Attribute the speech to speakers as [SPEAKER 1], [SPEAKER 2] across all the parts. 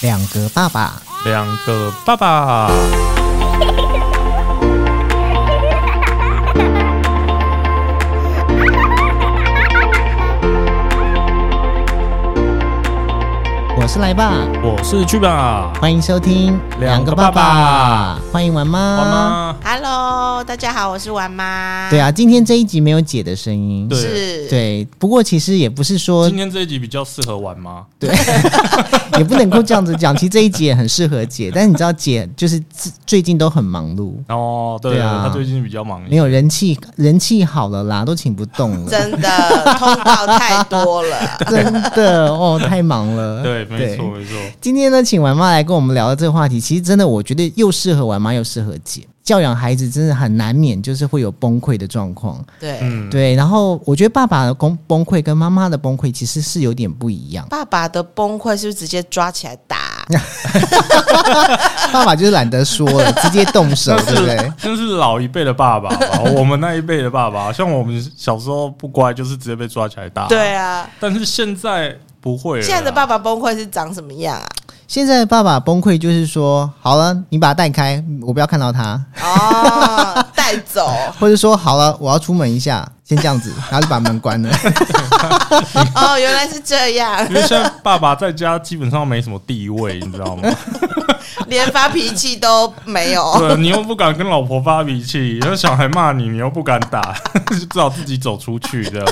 [SPEAKER 1] 两个爸爸，
[SPEAKER 2] 两个爸爸。
[SPEAKER 1] 我是来爸，
[SPEAKER 2] 我是去吧，
[SPEAKER 1] 欢迎收听
[SPEAKER 2] 两个爸爸
[SPEAKER 1] 欢迎玩妈。
[SPEAKER 2] 好吗？
[SPEAKER 3] Hello，大家好，我是玩妈。
[SPEAKER 1] 对，啊，今天这一集没有姐的声音，
[SPEAKER 2] 对
[SPEAKER 3] 是，
[SPEAKER 1] 对，不过其实也不是说
[SPEAKER 2] 今天这一集比较适合玩吗？
[SPEAKER 1] 对，也不能够这样子讲。其实这一集也很适合 姐，但是你知道姐就是自最近都很忙碌，
[SPEAKER 2] 哦，对
[SPEAKER 1] 对啊
[SPEAKER 2] 他最近比较忙一
[SPEAKER 1] 没
[SPEAKER 2] 点。
[SPEAKER 1] 有人气，人气好了啦，都请不动了，
[SPEAKER 3] 真的通告太多了。
[SPEAKER 1] 真的哦，太忙了。
[SPEAKER 2] 对，没错，。没错。
[SPEAKER 1] 今天呢，请玩妈来跟我们聊的这个话题，其实真的我觉得又适合玩妈又适合姐。教养孩子真的很难免，就是会有崩溃的状况。
[SPEAKER 3] 对，
[SPEAKER 2] 嗯，
[SPEAKER 1] 对，然后我觉得爸爸的崩崩溃跟妈妈的崩溃其实是有点不 一样。
[SPEAKER 3] 爸爸的崩溃是不是直接抓起来打？
[SPEAKER 1] 爸爸就是懒得说了，直接动手，
[SPEAKER 2] 那
[SPEAKER 1] 啊对不对
[SPEAKER 2] 是？那是老一辈的爸爸吧？ 我们那一辈的爸爸，像我们小时候不乖，就是直接被抓起来打。
[SPEAKER 3] 对，啊，
[SPEAKER 2] 但是现在不会了啦。
[SPEAKER 3] 现在的爸爸崩溃是长什么样啊？
[SPEAKER 1] 现在爸爸崩溃就是说，好了，你把他带开，我不要看到他，
[SPEAKER 3] 哦，带走。
[SPEAKER 1] 或者说好了，我要出门一下，先这样子，然后就把门关了。
[SPEAKER 3] 哦，原来是这样，
[SPEAKER 2] 因为现在爸爸在家基本上没什么地位，你知道吗？
[SPEAKER 3] 连发脾气都没有。
[SPEAKER 2] 对，你又不敢跟老婆发脾气，然后小孩骂你，你又不敢打， 就只好自己走出去，这样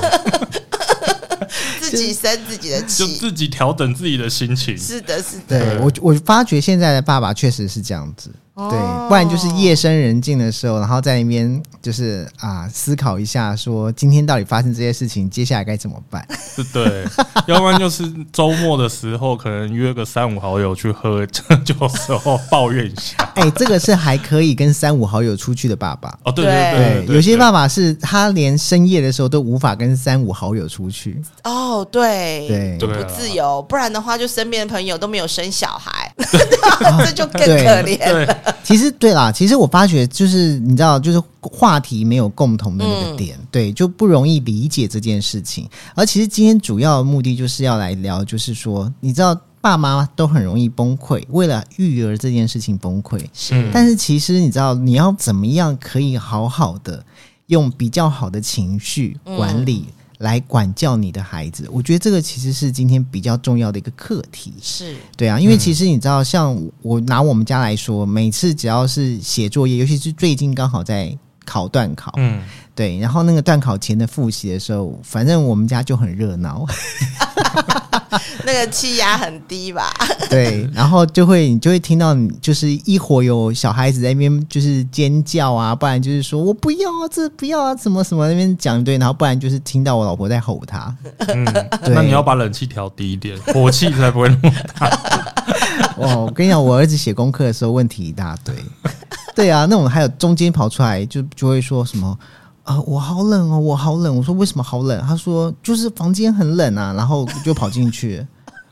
[SPEAKER 3] 自己生自己的
[SPEAKER 2] 就
[SPEAKER 3] 气。
[SPEAKER 2] 自己调整自己的心情。
[SPEAKER 3] 是的，是的，
[SPEAKER 1] 对我，我发觉现在的爸爸确实是这样子，对，不然就是夜深人静的时候，然后在那边就是啊思考一下，说今天到底发生这些事情，接下来该怎么办？
[SPEAKER 2] 对对，要不然就是周末的时候，可能约个三五好友去喝酒的时候抱怨一下。
[SPEAKER 1] 哎、这个是还可以跟三五好友出去的爸爸。
[SPEAKER 2] 哦，对
[SPEAKER 3] 对
[SPEAKER 2] 对
[SPEAKER 1] 对，有些爸爸是他连深夜的时候都无法跟三五好友出去，
[SPEAKER 3] 哦，对，
[SPEAKER 1] 对
[SPEAKER 2] 对
[SPEAKER 3] 不
[SPEAKER 2] 啊
[SPEAKER 3] 自由，不然的话，就身边的朋友都没有生小孩， 这就更可怜。
[SPEAKER 2] 对
[SPEAKER 1] 其实对啦，其实我发觉就是你知道，就是话题没有共同的那个点，对，就不容易理解这件事情。而其实今天主要的目的就是要来聊，就是说，你知道爸妈都很容易崩溃，为了育儿这件事情崩溃。
[SPEAKER 2] 嗯
[SPEAKER 1] 但是其实你知道，你要怎么样可以好好的用比较好的情绪管理来管教你的孩子，我觉得这个其实是今天比较重要的一个课题。
[SPEAKER 3] 是，
[SPEAKER 1] 对啊，因为其实你知道，像我我拿我们家来说，每次只要是写作业，尤其是最近刚好在考段考，
[SPEAKER 2] 嗯，
[SPEAKER 1] 对，然后那个段考前的复习的时候，反正我们家就很热闹，
[SPEAKER 3] 那个气压很 低吧？
[SPEAKER 1] 对，然后就会你就会听到，就是一伙有小孩子在那边就是尖叫啊，不然就是说我不要啊，这不要啊，怎么什么那边讲一堆，然后不然就是听到我老婆在吼他，对
[SPEAKER 2] 那你要把冷气调低一点，火气才不会那么。
[SPEAKER 1] 哇，哦我跟你讲，我儿子写功课的时候问题一大 堆。对啊，那我们还有中间跑出来就就会说什么啊、我好冷哦，我好冷。我说为什么好冷？他说就是房间很冷啊，然后就跑进 去，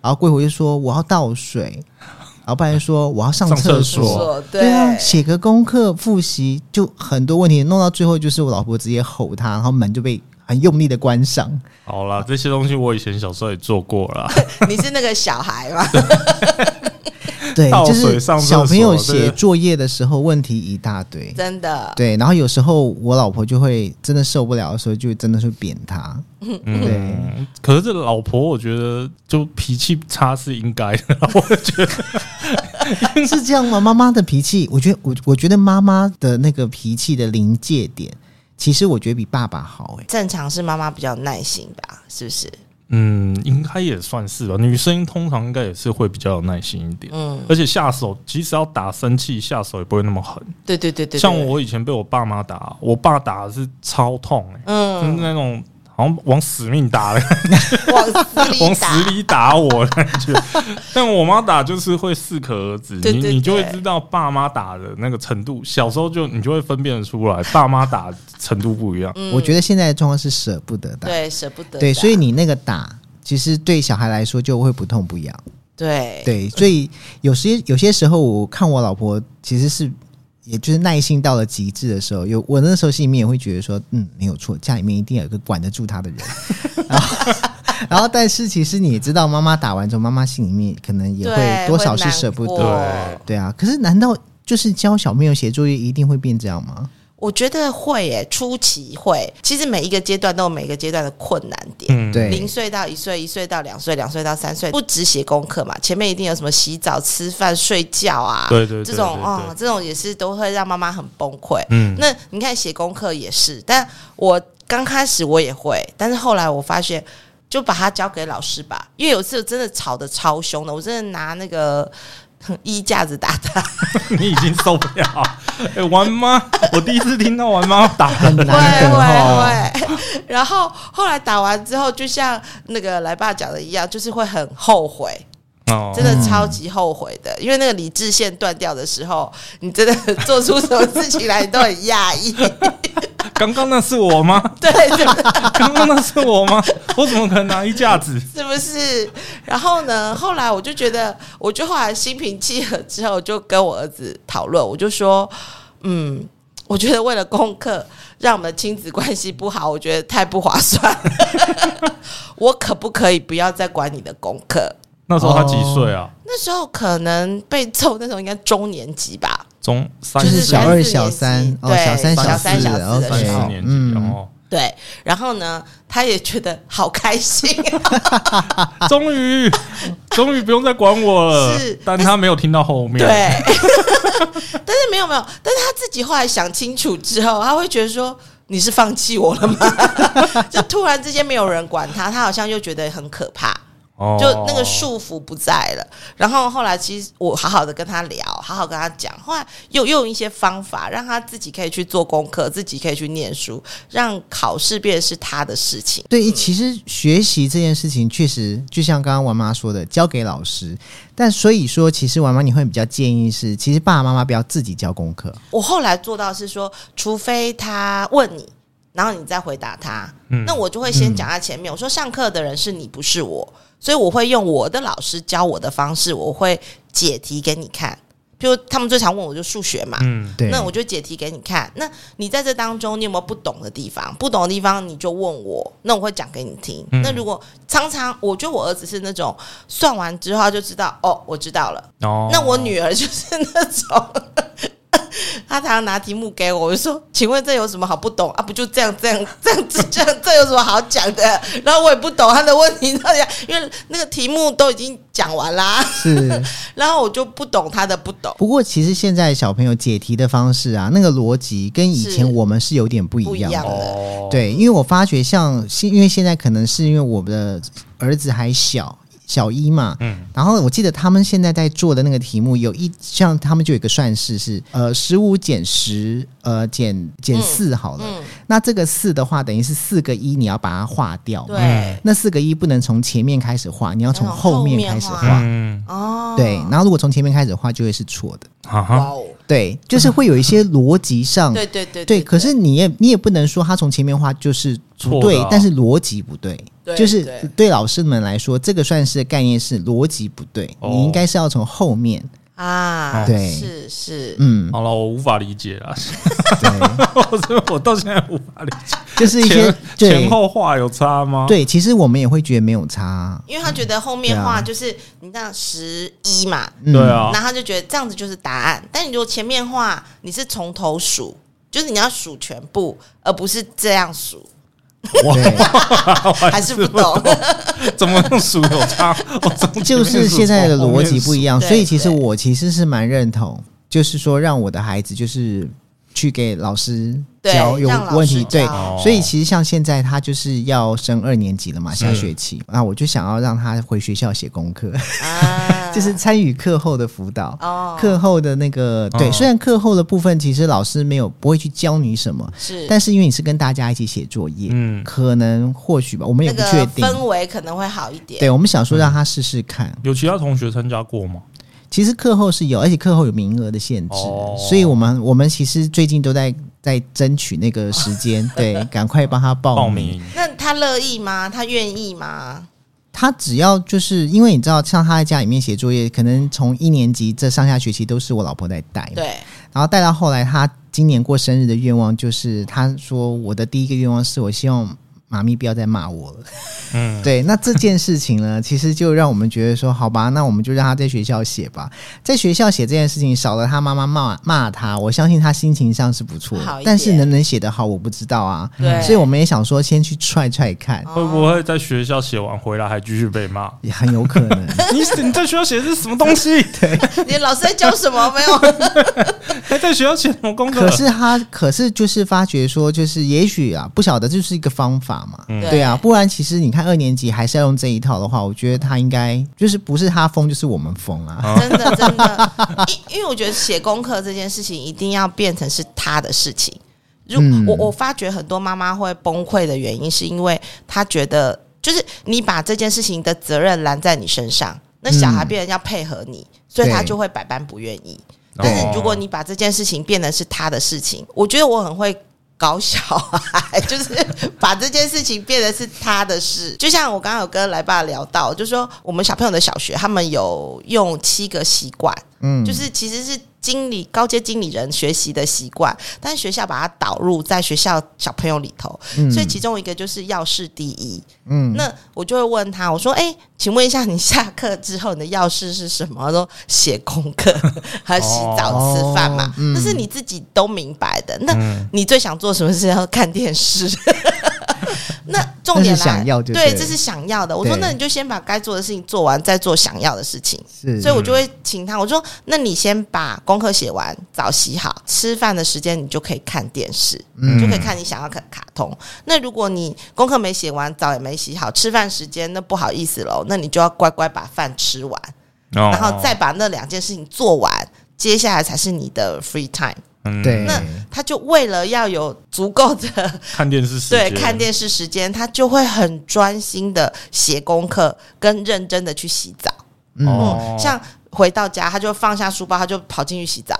[SPEAKER 1] 然后过一会就说我要倒水，然后不然就说我要上
[SPEAKER 2] 上
[SPEAKER 1] 厕
[SPEAKER 2] 厕所
[SPEAKER 3] 说
[SPEAKER 1] 对啊，
[SPEAKER 3] 对，
[SPEAKER 1] 写个功课复习就很多问题，弄到最后就是我老婆直接吼他，然后门就被很用力的关上。
[SPEAKER 2] 好啦，这些东西我以前小时候也做过啦。
[SPEAKER 3] 你是那个小孩吗？
[SPEAKER 1] 对，
[SPEAKER 2] 倒
[SPEAKER 1] 就
[SPEAKER 2] 水
[SPEAKER 1] 是
[SPEAKER 2] 上厕
[SPEAKER 1] 小朋友
[SPEAKER 2] 所对
[SPEAKER 1] 写作业的时候问题一大堆。
[SPEAKER 3] 真的，
[SPEAKER 1] 对，然后有时候我老婆就会真的受不了的时候，就真的是扁 她。
[SPEAKER 2] 嗯，可是这老婆，我觉得就脾气差是应该的。我觉得
[SPEAKER 1] 是这样吗？妈妈的脾气，我觉得我我觉得妈妈的那个脾气的临界点，其实我觉得比爸爸好哎、
[SPEAKER 3] 正常是妈妈比较有耐心吧？是不是？
[SPEAKER 2] 嗯，应该也算是吧。女生通常应该也是会比较有耐心一点，
[SPEAKER 3] 嗯，
[SPEAKER 2] 而且下手即使要打生气，下手也不会那么狠。
[SPEAKER 3] 对对对对，对
[SPEAKER 2] 像，我以前被我爸妈打，我爸打的是超痛、欸，就是
[SPEAKER 3] 嗯，
[SPEAKER 2] 那种好像往死命打的，
[SPEAKER 3] 往死里
[SPEAKER 2] 往
[SPEAKER 3] 打
[SPEAKER 2] 死，里打我的感觉。 但我妈打就是会适可而止，
[SPEAKER 3] 对对
[SPEAKER 2] 你你就会
[SPEAKER 3] 对
[SPEAKER 2] 知道爸妈打的那个程度。小时候就你就会分辨得出来，爸妈打的程度不一样。
[SPEAKER 1] 我觉得现在的状况是舍不得打，
[SPEAKER 3] 嗯对，舍不得打，
[SPEAKER 1] 对所以你那个打，其实对小孩来说就会不痛不痒。
[SPEAKER 3] 对
[SPEAKER 1] 对，所以有些有些时候，我看我老婆其实是，也就是耐心到了极致的时候，有我 那时候心里面也会觉得说，嗯，没有错，家里面一定有一个管得住她的人。然后然后，但是其实你也知道，妈妈打完之后，妈妈心里面可能也
[SPEAKER 3] 对
[SPEAKER 1] 会多少是舍不
[SPEAKER 3] 会难
[SPEAKER 1] 得，
[SPEAKER 3] 过
[SPEAKER 2] 对
[SPEAKER 1] 对啊。可是，难道就是教小朋友写作业一定会变这样吗？
[SPEAKER 3] 我觉得会耶，初期会。其实每一个阶段都有每一个阶段的困难点。
[SPEAKER 2] 嗯，
[SPEAKER 1] 对
[SPEAKER 3] 零岁到一岁，一岁到两岁，两岁到三岁，不止写功课嘛，前面一定有什么洗澡、吃饭、睡觉啊，
[SPEAKER 2] 对对对
[SPEAKER 3] 这种
[SPEAKER 2] 对对
[SPEAKER 3] 哦，这种也是都会让妈妈很崩溃。
[SPEAKER 2] 嗯，
[SPEAKER 3] 那你看写功课也是，但我刚开始我也会，但是后来我发现。就把它交给老师吧，因为有一次真的吵得超凶的，我真的拿那个 哼衣架子打他，
[SPEAKER 2] 你已经受不了。 哎、玩妈，我第一次听到玩妈打
[SPEAKER 1] 很
[SPEAKER 2] 人，
[SPEAKER 1] 难
[SPEAKER 3] 会
[SPEAKER 1] 得哦。
[SPEAKER 3] 会会。 然后后来打完之后，就像那个来爸讲的一样，就是会很后悔，
[SPEAKER 2] 哦，
[SPEAKER 3] 真的超级后悔的，因为那个理智线断掉的时候，你真的做出什么事情来，你都很讶异。
[SPEAKER 2] 刚刚那是我吗？
[SPEAKER 3] 对，真的
[SPEAKER 2] 刚刚那是我吗？我怎么可能拿一架子？
[SPEAKER 3] 是不是？然后呢，后来我就觉得，我就后来心平气和之后，就跟我儿子讨论，我就说，嗯，我觉得为了功课让我们的亲子关系不好，我觉得太不划算了 我可不可以不要再管你的功课？
[SPEAKER 2] 那时候他几岁啊？
[SPEAKER 3] 那时候可能被揍那种应该中年级吧，
[SPEAKER 2] 中三
[SPEAKER 1] 就
[SPEAKER 3] 就是是
[SPEAKER 1] 小
[SPEAKER 3] 三
[SPEAKER 1] 二、小三，哦，
[SPEAKER 3] 四年级对
[SPEAKER 1] 小三、
[SPEAKER 3] 小三
[SPEAKER 1] 四
[SPEAKER 3] 小四的
[SPEAKER 2] 三
[SPEAKER 3] 时
[SPEAKER 2] 四
[SPEAKER 3] 候
[SPEAKER 1] ，OK，
[SPEAKER 2] 年级，然
[SPEAKER 1] 嗯，
[SPEAKER 2] 后
[SPEAKER 3] 对。然后呢，他也觉得好开心，
[SPEAKER 1] 啊
[SPEAKER 2] 终于终于不用再管我了
[SPEAKER 3] 是。
[SPEAKER 2] 但他没有听到后面，
[SPEAKER 3] 对， 但是没有没有，但是他自己后来想清楚之后，他会觉得说你是放弃我了吗？ 就突然之间没有人管他，他好像又觉得很可怕，
[SPEAKER 2] 哦，
[SPEAKER 3] 就那个束缚不在了。然后后来其实我好好的跟他聊，好好跟他讲，后来又又用一些方法让他自己可以去做功课，自己可以去念书，让考试变成是他的事情。
[SPEAKER 1] 对，其实学习这件事情确实就像刚刚王妈说的，交给老师。但所以说，其实王妈你会比较建议是，其实爸爸妈妈不要自己教功课，
[SPEAKER 3] 我后来做到是说，除非他问你，然后你再回答他，
[SPEAKER 2] 嗯
[SPEAKER 3] 那我就会先讲在前面。我说上课的人是你，不是我，所以我会用我的老师教我的方式，我会解题给你看。譬如他们最常问我就数学嘛，
[SPEAKER 2] 嗯，
[SPEAKER 1] 对，
[SPEAKER 3] 那我就解题给你看。那你在这当中，你有没有不懂的地方？不懂的地方你就问我，那我会讲给你听。
[SPEAKER 2] 嗯
[SPEAKER 3] 那如果常常，我觉得我儿子是那种算完之后他就知道，哦，我知道了。
[SPEAKER 2] 哦，
[SPEAKER 3] 那我女儿就是那种，她常常拿题目给我，我就说：“请问这有什么好不懂啊？不就这样这样这样子这样，这有什么好讲的？”然后我也不懂她的问题，到底因为那个题目都已经讲完啦，
[SPEAKER 1] 是。
[SPEAKER 3] 然后我就不懂她的不懂，
[SPEAKER 1] 不过，其实现在小朋友解题的方式啊，那个逻辑跟以前
[SPEAKER 3] 是
[SPEAKER 1] 我们是有点不
[SPEAKER 3] 不
[SPEAKER 1] 一
[SPEAKER 3] 一
[SPEAKER 1] 样的。
[SPEAKER 3] 样的。
[SPEAKER 2] 哦，
[SPEAKER 1] 对，因为我发觉像，现因为现在可能是因为我们的儿子还小，小一嘛，
[SPEAKER 2] 嗯，
[SPEAKER 1] 然后我记得他们现在在做的那个题目，有一像他们就有一个算式是，呃，十五减十，呃，减减四好了。
[SPEAKER 3] 嗯，
[SPEAKER 1] 那这个四的话，等于是四个一，你要把它划掉。
[SPEAKER 3] 对，
[SPEAKER 1] 那四个一不能从前面开始画，你要从
[SPEAKER 3] 要从
[SPEAKER 1] 后
[SPEAKER 3] 后
[SPEAKER 1] 面
[SPEAKER 3] 面
[SPEAKER 1] 开始
[SPEAKER 3] 画
[SPEAKER 1] 画。
[SPEAKER 2] 嗯，啊
[SPEAKER 3] 哦，
[SPEAKER 1] 对，然后如果从前面开始画，就会是错的。
[SPEAKER 2] 哈
[SPEAKER 3] 哇
[SPEAKER 2] 哈，
[SPEAKER 3] 哦，
[SPEAKER 1] 对， 就是会有一些逻辑上。
[SPEAKER 3] 对对对
[SPEAKER 1] 对，可是你也你也不能说他从前面画就是不对，
[SPEAKER 2] 错的啊
[SPEAKER 1] 但是逻辑不对，
[SPEAKER 3] 对
[SPEAKER 1] 就是
[SPEAKER 3] 对
[SPEAKER 1] 对老师们来说，这个算是概念是逻辑不对，
[SPEAKER 2] 哦
[SPEAKER 1] 你应该是要从后面，
[SPEAKER 3] 啊，
[SPEAKER 1] 对
[SPEAKER 3] 是是，
[SPEAKER 1] 嗯，
[SPEAKER 2] 好了，我无法理解了，
[SPEAKER 1] 对，
[SPEAKER 2] 我真 的我到现在无法理解，
[SPEAKER 1] 就是一些
[SPEAKER 2] 前
[SPEAKER 1] 对
[SPEAKER 2] 前后话有差吗？，
[SPEAKER 1] 对，其实我们也会觉得没有差啊，
[SPEAKER 3] 因为他觉得后面
[SPEAKER 1] 对啊
[SPEAKER 3] 画就是你这样十一嘛，
[SPEAKER 1] 嗯
[SPEAKER 2] 对啊
[SPEAKER 3] 然后他就觉得这样子就是答案。但你如果前面画，你是从头数，就是你要数全部，而不是这样数，
[SPEAKER 1] 对，
[SPEAKER 3] 还哎是不懂。
[SPEAKER 2] 怎么用数有 差？我从 前
[SPEAKER 1] 就
[SPEAKER 2] 面
[SPEAKER 1] 是现在的
[SPEAKER 2] 数从后
[SPEAKER 1] 逻
[SPEAKER 2] 面
[SPEAKER 1] 辑不一样，
[SPEAKER 3] 对
[SPEAKER 1] 所以其实
[SPEAKER 3] 对
[SPEAKER 1] 我其实是蛮认同，就是说让我的孩子就是去给老师
[SPEAKER 3] 对
[SPEAKER 1] 教，有
[SPEAKER 3] 让老
[SPEAKER 1] 问
[SPEAKER 3] 师
[SPEAKER 1] 题，对
[SPEAKER 3] 教，
[SPEAKER 2] 哦
[SPEAKER 1] 所以其实像现在他就是要升二年级了
[SPEAKER 3] 嗯
[SPEAKER 1] 嘛，
[SPEAKER 2] 是
[SPEAKER 1] 下学期啊，我就想要让他回学校写功课，
[SPEAKER 3] 啊
[SPEAKER 1] 就是参与课后的辅导。
[SPEAKER 3] 哦，
[SPEAKER 1] 课后的那个
[SPEAKER 2] 哦
[SPEAKER 1] 对，虽然课后的部分其实老师没有不会去教你什么，
[SPEAKER 3] 是
[SPEAKER 1] 但是因为你是跟大家一起写作业，
[SPEAKER 2] 嗯
[SPEAKER 1] 可能或许吧，我们也
[SPEAKER 3] 那
[SPEAKER 1] 不
[SPEAKER 3] 个
[SPEAKER 1] 确定。
[SPEAKER 3] 氛围可能会好一点。
[SPEAKER 1] 对，我们想说让他试试看。
[SPEAKER 2] 有其他同学参加过吗？
[SPEAKER 1] 其实课后是有，而且课后有名额的限制，
[SPEAKER 2] 哦
[SPEAKER 1] 所以我们我们其实最近都在在争取那个时 间，对，赶快帮他
[SPEAKER 2] 报名，
[SPEAKER 3] 那他乐意吗？他愿意吗？
[SPEAKER 1] 他只要就是因为你知道，像他在家里面写作业，可能从一年级这上下学期都是我老婆在带，
[SPEAKER 3] 对，
[SPEAKER 1] 然后带到后来，他今年过生日的愿望就是，他说我的第一个愿望是我希望。妈咪不要再骂我了。
[SPEAKER 2] 嗯，
[SPEAKER 1] 对，那这件事情呢，其实就让我们觉得说，好吧，那我们就让他在学校写吧。在学校写这件事情，少了他妈妈骂骂他，我相信他心情上是不错
[SPEAKER 3] 好
[SPEAKER 1] 的
[SPEAKER 3] 一，
[SPEAKER 1] 但是
[SPEAKER 3] 点
[SPEAKER 1] 能不能写得好，我不知道啊。
[SPEAKER 3] 对，哦
[SPEAKER 1] 所以我们也想说，先去踹踹看，
[SPEAKER 2] 会不会在学校写完回来还继续被骂？
[SPEAKER 1] 也很有可能。
[SPEAKER 2] 你你在学校写的是什么东西？
[SPEAKER 3] 你老师在教什么没有？
[SPEAKER 2] 还在学校写什么功课 啊
[SPEAKER 1] 可？是他，可是就是发觉说，就是也许啊，不晓得这是一个方法嘛，
[SPEAKER 2] 嗯
[SPEAKER 1] 对啊，不然其实你看二年级还是要用这一套的话，我觉得他应该就是不是他疯就是我们疯啊，
[SPEAKER 3] 真的真的，因因为我觉得写功课这件事情一定要变成是他的事情。如、
[SPEAKER 1] 嗯
[SPEAKER 3] 我我发觉很多妈妈会崩溃的原因，是因为她觉得就是你把这件事情的责任揽在你身上，那小孩
[SPEAKER 1] 嗯
[SPEAKER 3] 变成要配合你，所以他
[SPEAKER 1] 对
[SPEAKER 3] 就会百般不愿意。但
[SPEAKER 2] 哦
[SPEAKER 3] 是如果你把这件事情变得是他的事情，我觉得我很会搞小孩， 就是把这件事情变得是他的事。就像我刚刚有跟来爸聊到，就说我们小朋友的小学，他们有用七个习惯，
[SPEAKER 1] 嗯，
[SPEAKER 3] 就是其实是经理高阶经理人学习的习惯，但是学校把它导入在学校小朋友里头，
[SPEAKER 1] 嗯
[SPEAKER 3] 所以其中一个就是要事第一。
[SPEAKER 1] 嗯
[SPEAKER 3] 那我就会问他，我说：“哎、请问一下，你下课之后你的钥匙是什么？”他说：“写功课 和洗澡、吃饭嘛
[SPEAKER 1] 哦，嗯
[SPEAKER 3] 那是你自己都明白的。那
[SPEAKER 2] 嗯
[SPEAKER 3] 你最想做什么事？要看电视。 那重点
[SPEAKER 1] 那是
[SPEAKER 3] 来，
[SPEAKER 1] 想要就对
[SPEAKER 3] 对，
[SPEAKER 1] 了
[SPEAKER 3] 这是想要的。我说，
[SPEAKER 1] 对
[SPEAKER 3] 那你就先把该做的事情做完，再做想要的事情。
[SPEAKER 1] 是，
[SPEAKER 3] 所以我就会请他，我说：“那你先把功课写完，澡洗好，吃饭的时间你就可以看电视，
[SPEAKER 1] 嗯
[SPEAKER 3] 你就可以看你想要看卡通。那如果你功课没写完，澡也没洗好，吃饭时间那不好意思喽，那你就要乖乖把饭吃完，然
[SPEAKER 2] 然
[SPEAKER 3] 后再把那两件事情做完，接下来才是你的 free time。”
[SPEAKER 1] 对，
[SPEAKER 3] 那他就为了要有足够的
[SPEAKER 2] 看电视时
[SPEAKER 3] 对
[SPEAKER 2] 间，
[SPEAKER 3] 看电视时间，他就会很专心的写功课，跟认真的去洗澡。
[SPEAKER 1] 嗯
[SPEAKER 2] 哦
[SPEAKER 3] 像回到家，他就放下书包，他就跑进去洗澡，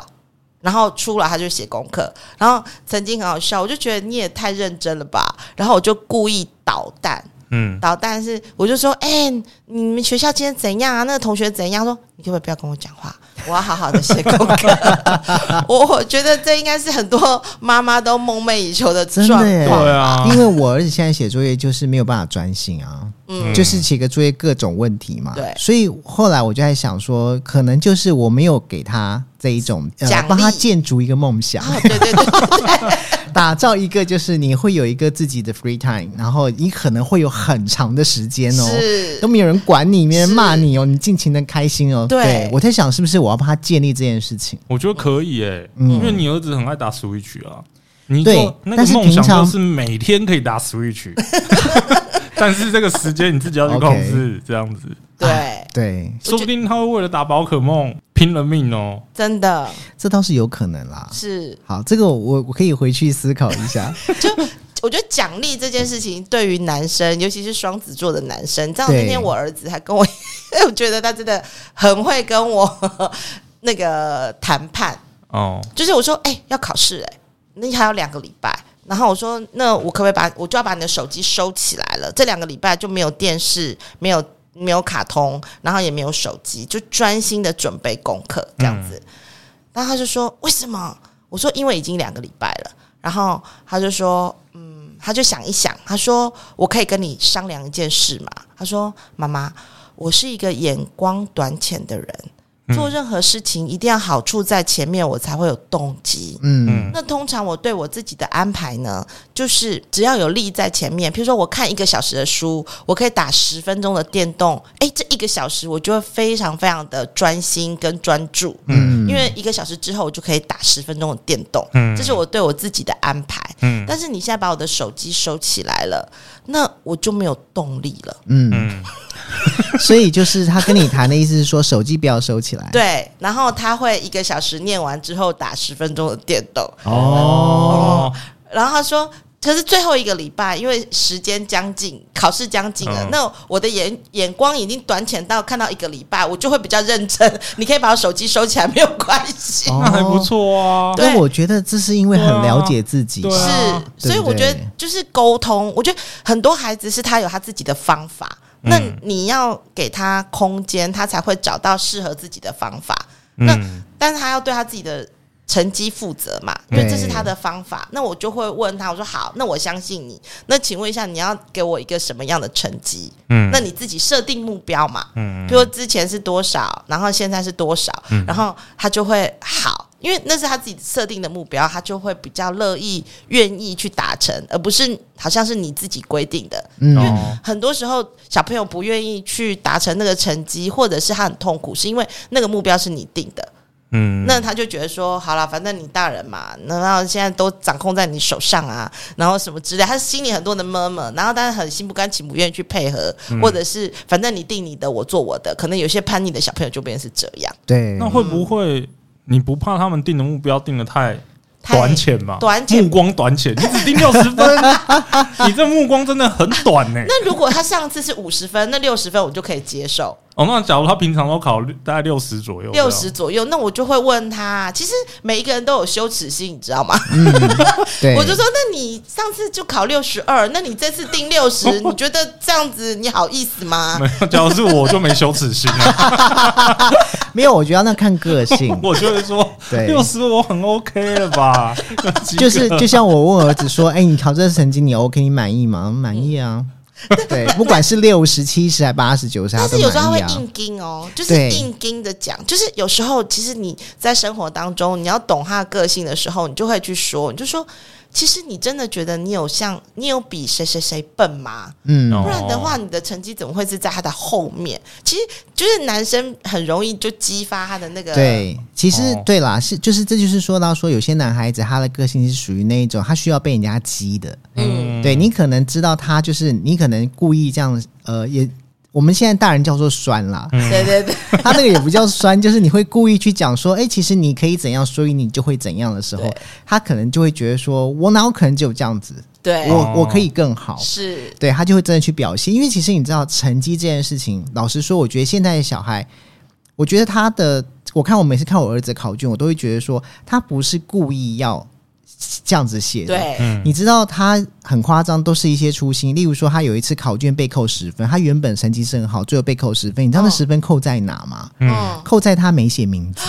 [SPEAKER 3] 然后出来他就写功课。然后曾经很好笑，我就觉得你也太认真了吧，然后我就故意捣蛋，
[SPEAKER 2] 嗯，
[SPEAKER 3] 捣蛋是我就说，哎、你们学校今天怎样啊？那个同学怎样？他说你可不可以不要跟我讲话？我要好好的写功课。 我我觉得这应该是很多妈妈都梦寐以求的
[SPEAKER 1] 真
[SPEAKER 3] 状
[SPEAKER 1] 的耶
[SPEAKER 2] 对
[SPEAKER 3] 况。
[SPEAKER 2] 啊，
[SPEAKER 1] 因为我儿子现在写作业就是没有办法专心啊，
[SPEAKER 3] 嗯
[SPEAKER 1] 就是写个作业各种问题嘛。
[SPEAKER 3] 对
[SPEAKER 1] 所以后来我就在想说，可能就是我没有给他这一种，
[SPEAKER 3] 奖
[SPEAKER 1] 呃，
[SPEAKER 3] 励
[SPEAKER 1] 帮他建筑一个梦想，
[SPEAKER 3] 哦，对对对对
[SPEAKER 1] 打造一个就是你会有一个自己的 free time，然后你可能会有很长的时间哦。
[SPEAKER 3] 是
[SPEAKER 1] 都没有人管你，没人
[SPEAKER 3] 是
[SPEAKER 1] 骂你哦，你尽情的开心哦。
[SPEAKER 3] 对
[SPEAKER 1] 我在想是不是我要帮他建立这件事情？
[SPEAKER 2] 我觉得可以诶，
[SPEAKER 1] 嗯
[SPEAKER 2] 因为你儿子很爱打 Switch 啊，你
[SPEAKER 1] 对
[SPEAKER 2] 做那个
[SPEAKER 1] 但是
[SPEAKER 2] 梦想
[SPEAKER 1] 平常
[SPEAKER 2] 就是每天可以打 Switch，但是这个时间你自己要去控制，这样子，
[SPEAKER 3] 对，
[SPEAKER 1] 对，
[SPEAKER 3] 我觉
[SPEAKER 2] 说不定他会为了打宝可梦拼了命哦。
[SPEAKER 3] 真的
[SPEAKER 1] 这倒是有可能啦。
[SPEAKER 2] 嗯
[SPEAKER 3] 是。
[SPEAKER 1] 好，这个我我可以回去思考一 下。
[SPEAKER 3] 我觉得奖励这件事情对于男生，尤其是双子座的男生，你知道
[SPEAKER 1] 对
[SPEAKER 3] 那天我儿子还跟我， 我觉得他真的很会跟我 那个谈判，
[SPEAKER 2] 哦，
[SPEAKER 3] 就是我说，哎、要考试哎、那还有两个礼拜，然后我说，那我可不可以把我就要把你的手机收起来了？这两个礼拜就没有电视，没有没有卡通，然后也没有手机，就专心的准备功课这样子。然后他就说，为什么？我说，因为已经两个礼拜了。然后他就说，嗯，他就想一想，他说，我可以跟你商量一件事嘛？他说，妈妈，我是一个眼光短浅的人。
[SPEAKER 2] 嗯
[SPEAKER 3] 做任何事情一定要好处在前面，我才会有动机。
[SPEAKER 1] 嗯
[SPEAKER 2] 嗯，
[SPEAKER 3] 那通常我对我自己的安排呢，就是只要有利在前面，譬如说我看一个小时的书，我可以打十分钟的电动，诶，这一个小时我就会非常非常的专心跟专注，
[SPEAKER 1] 嗯，
[SPEAKER 3] 因为一个小时之后我就可以打十分钟的电动，
[SPEAKER 2] 嗯
[SPEAKER 3] 这是我对我自己的安排。
[SPEAKER 2] 嗯
[SPEAKER 3] 但是你现在把我的手机收起来了，那我就没有动力了。
[SPEAKER 1] 嗯，
[SPEAKER 2] 嗯，
[SPEAKER 1] 所以就是他跟你谈的意思是说，手机不要收起来。，
[SPEAKER 3] 对，然后他会一个小时念完之后打十分钟的电动，
[SPEAKER 2] 哦，
[SPEAKER 3] 然后他说，可是最后一个礼拜，因为时间将近，考试将近了，
[SPEAKER 2] 嗯
[SPEAKER 3] 那我的眼眼光已经短浅到看到一个礼拜，我就会比较认真。你可以把我手机收起来，没有关系。
[SPEAKER 1] 哦
[SPEAKER 2] 那还不错啊。
[SPEAKER 3] 对
[SPEAKER 1] 但我觉得这是因为很了解自己。
[SPEAKER 2] 对啊
[SPEAKER 3] 是，所
[SPEAKER 1] 对
[SPEAKER 3] 以
[SPEAKER 1] 不
[SPEAKER 3] 我觉得
[SPEAKER 1] 对
[SPEAKER 3] 就是沟通，我觉得很多孩子是他有他自己的方法，那
[SPEAKER 2] 嗯
[SPEAKER 3] 你要给他空间，他才会找到适合自己的方法。那
[SPEAKER 2] 嗯
[SPEAKER 3] 但是他要对他自己的成绩负责嘛，
[SPEAKER 2] 嗯
[SPEAKER 3] 因为
[SPEAKER 1] 对
[SPEAKER 3] 这是他的方法。那我就会问他，我说好，那我相信你。那请问一下，你要给我一个什么样的成绩？
[SPEAKER 2] 嗯
[SPEAKER 3] 那你自己设定目标嘛？
[SPEAKER 2] 嗯
[SPEAKER 3] 比如说之前是多少，然后现在是多少，然后他就会好，因为那是他自己设定的目标，他就会比较乐意、愿意去达成，而不是好像是你自己规定的。
[SPEAKER 1] 嗯，
[SPEAKER 2] 哦，
[SPEAKER 3] 很多时候小朋友不愿意去达成那个成绩，或者是他很痛苦，是因为那个目标是你定的，
[SPEAKER 2] 嗯，
[SPEAKER 3] 那他就觉得说，好了，反正你大人嘛，然后现在都掌控在你手上啊，然后什么之类，他心里很多的闷闷，然后但是很心不甘情不愿去配合，或者是反正你定你的，我做我的，可能有些叛逆的小朋友就变成是这样，
[SPEAKER 1] 对
[SPEAKER 2] 那，会不会你不怕他们定的目标定的太
[SPEAKER 3] 太
[SPEAKER 2] 短浅嘛？
[SPEAKER 3] 短浅
[SPEAKER 2] 目光短浅，你只定六十分， 你这目光真的很短呢。
[SPEAKER 3] 那如果他上次是五十分，那六十分我就可以接受，
[SPEAKER 2] 哦，那假如他平常都考大概六十左右，
[SPEAKER 3] 六十左右，那我就会问他。其实每一个人都有羞耻心，你知道吗？
[SPEAKER 1] 对，
[SPEAKER 3] 我就说，那你上次就考六十二，那你这次定六十，你觉得这样子你好意思吗？
[SPEAKER 2] 没有，假如是我就没羞耻心了，，
[SPEAKER 1] 没有，我觉得那看个性
[SPEAKER 2] 我就会说
[SPEAKER 1] 对
[SPEAKER 2] 六十我很 OK 了吧？
[SPEAKER 1] 就是就像我问儿子说，哎，你考这成绩你 OK，你满意吗？满意啊，对，不管是六十、七十还八十、九十，
[SPEAKER 3] 嗯
[SPEAKER 1] 他
[SPEAKER 3] 但是
[SPEAKER 1] 都
[SPEAKER 3] 有时候他
[SPEAKER 1] 满
[SPEAKER 3] 会
[SPEAKER 1] 意啊。
[SPEAKER 3] 硬盯哦，就是
[SPEAKER 1] 对
[SPEAKER 3] 硬盯的讲，就是有时候其实你在生活当中，你要懂他的个性的时候，你就会去说，你就说，其实你真的觉得你有像你有比谁谁谁笨吗？
[SPEAKER 1] 嗯，
[SPEAKER 2] 哦
[SPEAKER 3] 不然的话，你的成绩怎么会是在他的后面？其实就是男生很容易就激发他的那个，
[SPEAKER 1] 对，其实、
[SPEAKER 2] 哦
[SPEAKER 1] 对啦，是就是这就是说到说有些男孩子他的个性是属于那一种他需要被人家激的，
[SPEAKER 2] 嗯，
[SPEAKER 1] 对你可能知道他就是你可能故意这样呃也。我们现在大人叫做酸啦，
[SPEAKER 2] 嗯
[SPEAKER 3] 对对对，
[SPEAKER 1] 他那个也不叫酸，就是你会故意去讲说，哎、其实你可以怎样，所以你就会怎样的时候
[SPEAKER 3] 对，
[SPEAKER 1] 他可能就会觉得说，我哪有可能只有这样子，
[SPEAKER 3] 对
[SPEAKER 1] 我、
[SPEAKER 2] 哦
[SPEAKER 1] 我可以更好，
[SPEAKER 3] 是
[SPEAKER 1] 对他就会真的去表现。因为其实你知道，成绩这件事情，老实说，我觉得现在的小孩，我觉得他的，我看我每次看我儿子考卷，我都会觉得说，他不是故意要这样子写的。
[SPEAKER 3] 对，
[SPEAKER 2] 嗯
[SPEAKER 1] 你知道他很夸张，都是一些粗心。例如说，他有一次考卷被扣十分，他原本成绩是很好，最后被扣十分。你知道那
[SPEAKER 3] 哦
[SPEAKER 1] 十分扣在哪吗？
[SPEAKER 2] 嗯，
[SPEAKER 1] 扣在他没写名字，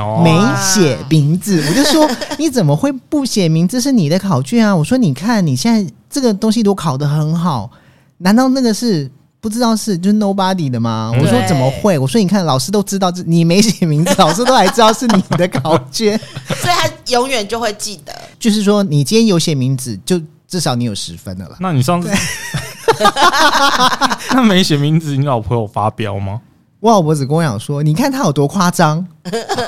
[SPEAKER 2] 哦，
[SPEAKER 1] 没写名字，我就说你怎么会不写名字？是你的考卷啊！我说你看你现在这个东西都考得很好，难道那个是不知道是就是 nobody 的吗？
[SPEAKER 2] 嗯
[SPEAKER 1] 我说
[SPEAKER 3] 对
[SPEAKER 1] 怎么会？我说你看老师都知道这你没写名字，老师都还知道是你的考卷，
[SPEAKER 3] 所以他永远就会记得。
[SPEAKER 1] 就是说你今天有写名字，就至少你有十分的了啦。
[SPEAKER 2] 那你上次 那没写名字，你老婆有发飙吗？
[SPEAKER 1] 我老婆只跟我讲说，你看他有多夸张，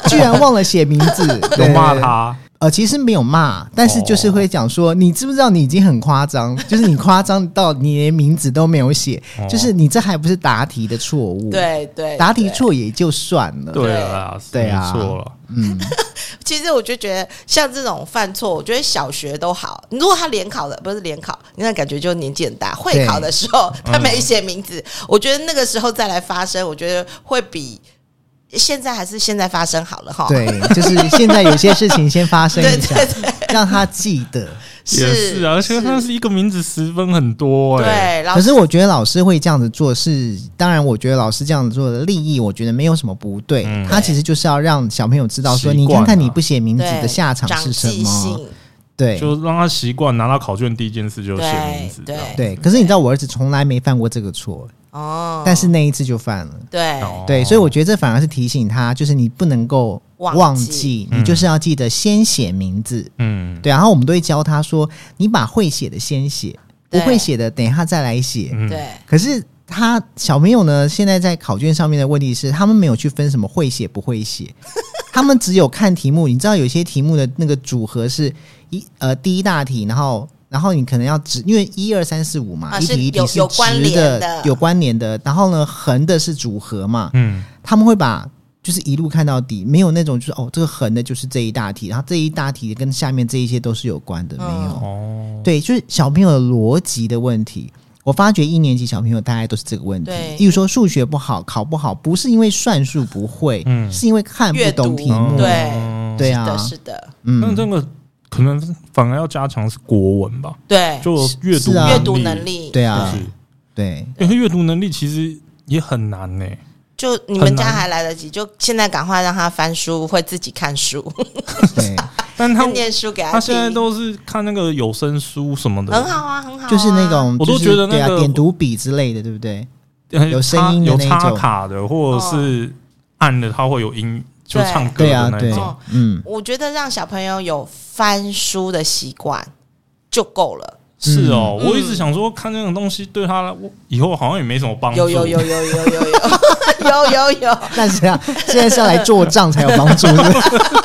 [SPEAKER 1] 居然忘了写名字，
[SPEAKER 2] 有
[SPEAKER 1] 对
[SPEAKER 2] 骂他？
[SPEAKER 1] 呃，其实没有骂，但是
[SPEAKER 2] 哦
[SPEAKER 1] 就是会讲说，你知不知道你已经很夸张，就是你夸张到你连名字都没有写，
[SPEAKER 2] 哦
[SPEAKER 1] 就是你这还不是答题的错
[SPEAKER 2] 嗯
[SPEAKER 1] 误，，
[SPEAKER 3] 对对，
[SPEAKER 1] 答题
[SPEAKER 3] 对
[SPEAKER 1] 错也就算了，
[SPEAKER 2] 对了啦，是
[SPEAKER 1] 对啊
[SPEAKER 2] 没错了，
[SPEAKER 1] 嗯，
[SPEAKER 3] 其实我就觉得，像这种犯错，我觉得小学都好。如果他联考的不是联考，那感觉就年纪很大。会考的时候他没写名字，我觉得那个时候再来发生，我觉得会比现在还是现在发生好了哈。
[SPEAKER 1] 对，就是现在有些事情先发生
[SPEAKER 3] 对
[SPEAKER 1] 一下
[SPEAKER 3] 对，对，
[SPEAKER 1] 让他记得。
[SPEAKER 2] 也是啊，而且那是一个名字十分很多哎，
[SPEAKER 3] 对，老
[SPEAKER 1] 可
[SPEAKER 3] 师
[SPEAKER 1] 是我觉得老师会这样子做是，当然，我觉得老师这样子做的利益，我觉得没有什么不对。
[SPEAKER 2] 嗯
[SPEAKER 1] 他其实就是要让小朋友知道说，
[SPEAKER 2] 习
[SPEAKER 1] 你看
[SPEAKER 2] 惯
[SPEAKER 1] 看
[SPEAKER 2] 了
[SPEAKER 1] 你不写名字
[SPEAKER 3] 对
[SPEAKER 1] 的下场
[SPEAKER 3] 长
[SPEAKER 1] 是什
[SPEAKER 3] 记
[SPEAKER 1] 么，
[SPEAKER 3] 性，
[SPEAKER 1] 对，
[SPEAKER 2] 就让他习惯拿到考卷第一件事就写名字，
[SPEAKER 3] 对
[SPEAKER 2] 这样
[SPEAKER 1] 对，可是你知道，我儿子从来没犯过这个错，
[SPEAKER 3] 哦，
[SPEAKER 1] 但是那一次就犯了。
[SPEAKER 3] 对
[SPEAKER 2] 哦
[SPEAKER 1] 对，所以我觉得这反而是提醒他，就是你不能够
[SPEAKER 3] 忘
[SPEAKER 1] 忘
[SPEAKER 3] 记
[SPEAKER 1] 记，你就是要记得先写名字。
[SPEAKER 2] 嗯，
[SPEAKER 1] 对，然后我们都会教他说，你把会写的先写，不
[SPEAKER 3] 对
[SPEAKER 1] 会写的等一下再来写。
[SPEAKER 2] 嗯
[SPEAKER 3] 对
[SPEAKER 1] 可是他小朋友呢，现在在考卷上面的问题是，他们没有去分什么会写不会 写，他们只有看题目。你知道有些题目的那个组合是一呃第一大题，然后然后你可能要直，因为一二三四五嘛，
[SPEAKER 3] 啊
[SPEAKER 1] 一
[SPEAKER 3] 是
[SPEAKER 1] 题一题
[SPEAKER 3] 有
[SPEAKER 1] 是
[SPEAKER 3] 有关
[SPEAKER 1] 直
[SPEAKER 3] 联
[SPEAKER 1] 的
[SPEAKER 3] 的
[SPEAKER 1] 有关联的，然后呢横的是组合嘛，
[SPEAKER 2] 嗯，
[SPEAKER 1] 他们会把。就是一路看到底，没有那种就是哦，这个横的就是这一大题，然后这一大题跟下面这一些都是有关的，没
[SPEAKER 3] 嗯
[SPEAKER 1] 有。
[SPEAKER 2] 哦，
[SPEAKER 1] 对，就是小朋友的逻辑的问题。我发觉一年级小朋友大概都是这个问题
[SPEAKER 3] 对，
[SPEAKER 1] 例如说数学不好、考不好，不是因为算术不会，
[SPEAKER 2] 嗯
[SPEAKER 1] 是因为看不
[SPEAKER 3] 阅读
[SPEAKER 1] 懂题目。
[SPEAKER 3] 对
[SPEAKER 2] 哦
[SPEAKER 1] 对
[SPEAKER 3] 是
[SPEAKER 1] 啊
[SPEAKER 3] 的，，是的，
[SPEAKER 2] 那
[SPEAKER 1] 嗯，
[SPEAKER 2] 这个可能反而要加强是国文吧，
[SPEAKER 3] 对，
[SPEAKER 2] 就阅读
[SPEAKER 1] 是啊
[SPEAKER 3] 阅读能，力，
[SPEAKER 1] 对
[SPEAKER 2] 就
[SPEAKER 1] 啊，
[SPEAKER 2] 是
[SPEAKER 1] 对
[SPEAKER 2] 因为阅读能力其实也很难呢，
[SPEAKER 3] 就你们家还来得及，就现在赶快让他翻书，会自己看书，
[SPEAKER 1] 对，
[SPEAKER 2] 但他
[SPEAKER 3] 念书给
[SPEAKER 2] 他
[SPEAKER 3] 听
[SPEAKER 2] 现在都是看那个有声书什么的，
[SPEAKER 3] 很好啊，很好啊、
[SPEAKER 1] 就是那种，
[SPEAKER 2] 我都
[SPEAKER 1] 就是
[SPEAKER 2] 觉得那
[SPEAKER 1] 对啊，
[SPEAKER 2] 个
[SPEAKER 1] 点读笔之类的，对不对？
[SPEAKER 2] 呃
[SPEAKER 1] 有声音的
[SPEAKER 2] 插有
[SPEAKER 1] 那一
[SPEAKER 2] 插
[SPEAKER 1] 种
[SPEAKER 2] 卡的，或者是按的，它会有音，就
[SPEAKER 3] 对
[SPEAKER 2] 唱歌
[SPEAKER 1] 对
[SPEAKER 2] 的
[SPEAKER 1] 啊，
[SPEAKER 2] 那
[SPEAKER 1] 对
[SPEAKER 2] 一种。
[SPEAKER 3] 种，
[SPEAKER 1] 嗯，
[SPEAKER 3] 我觉得让小朋友有翻书的习惯就够了。
[SPEAKER 2] 是哦，
[SPEAKER 3] 嗯
[SPEAKER 2] 我一直想说，看那种东西对他我以后好像也没什么帮助。
[SPEAKER 3] 有有 有有有有有 有有有，
[SPEAKER 1] 但是啊，现在是要来做账才有帮助，是 不是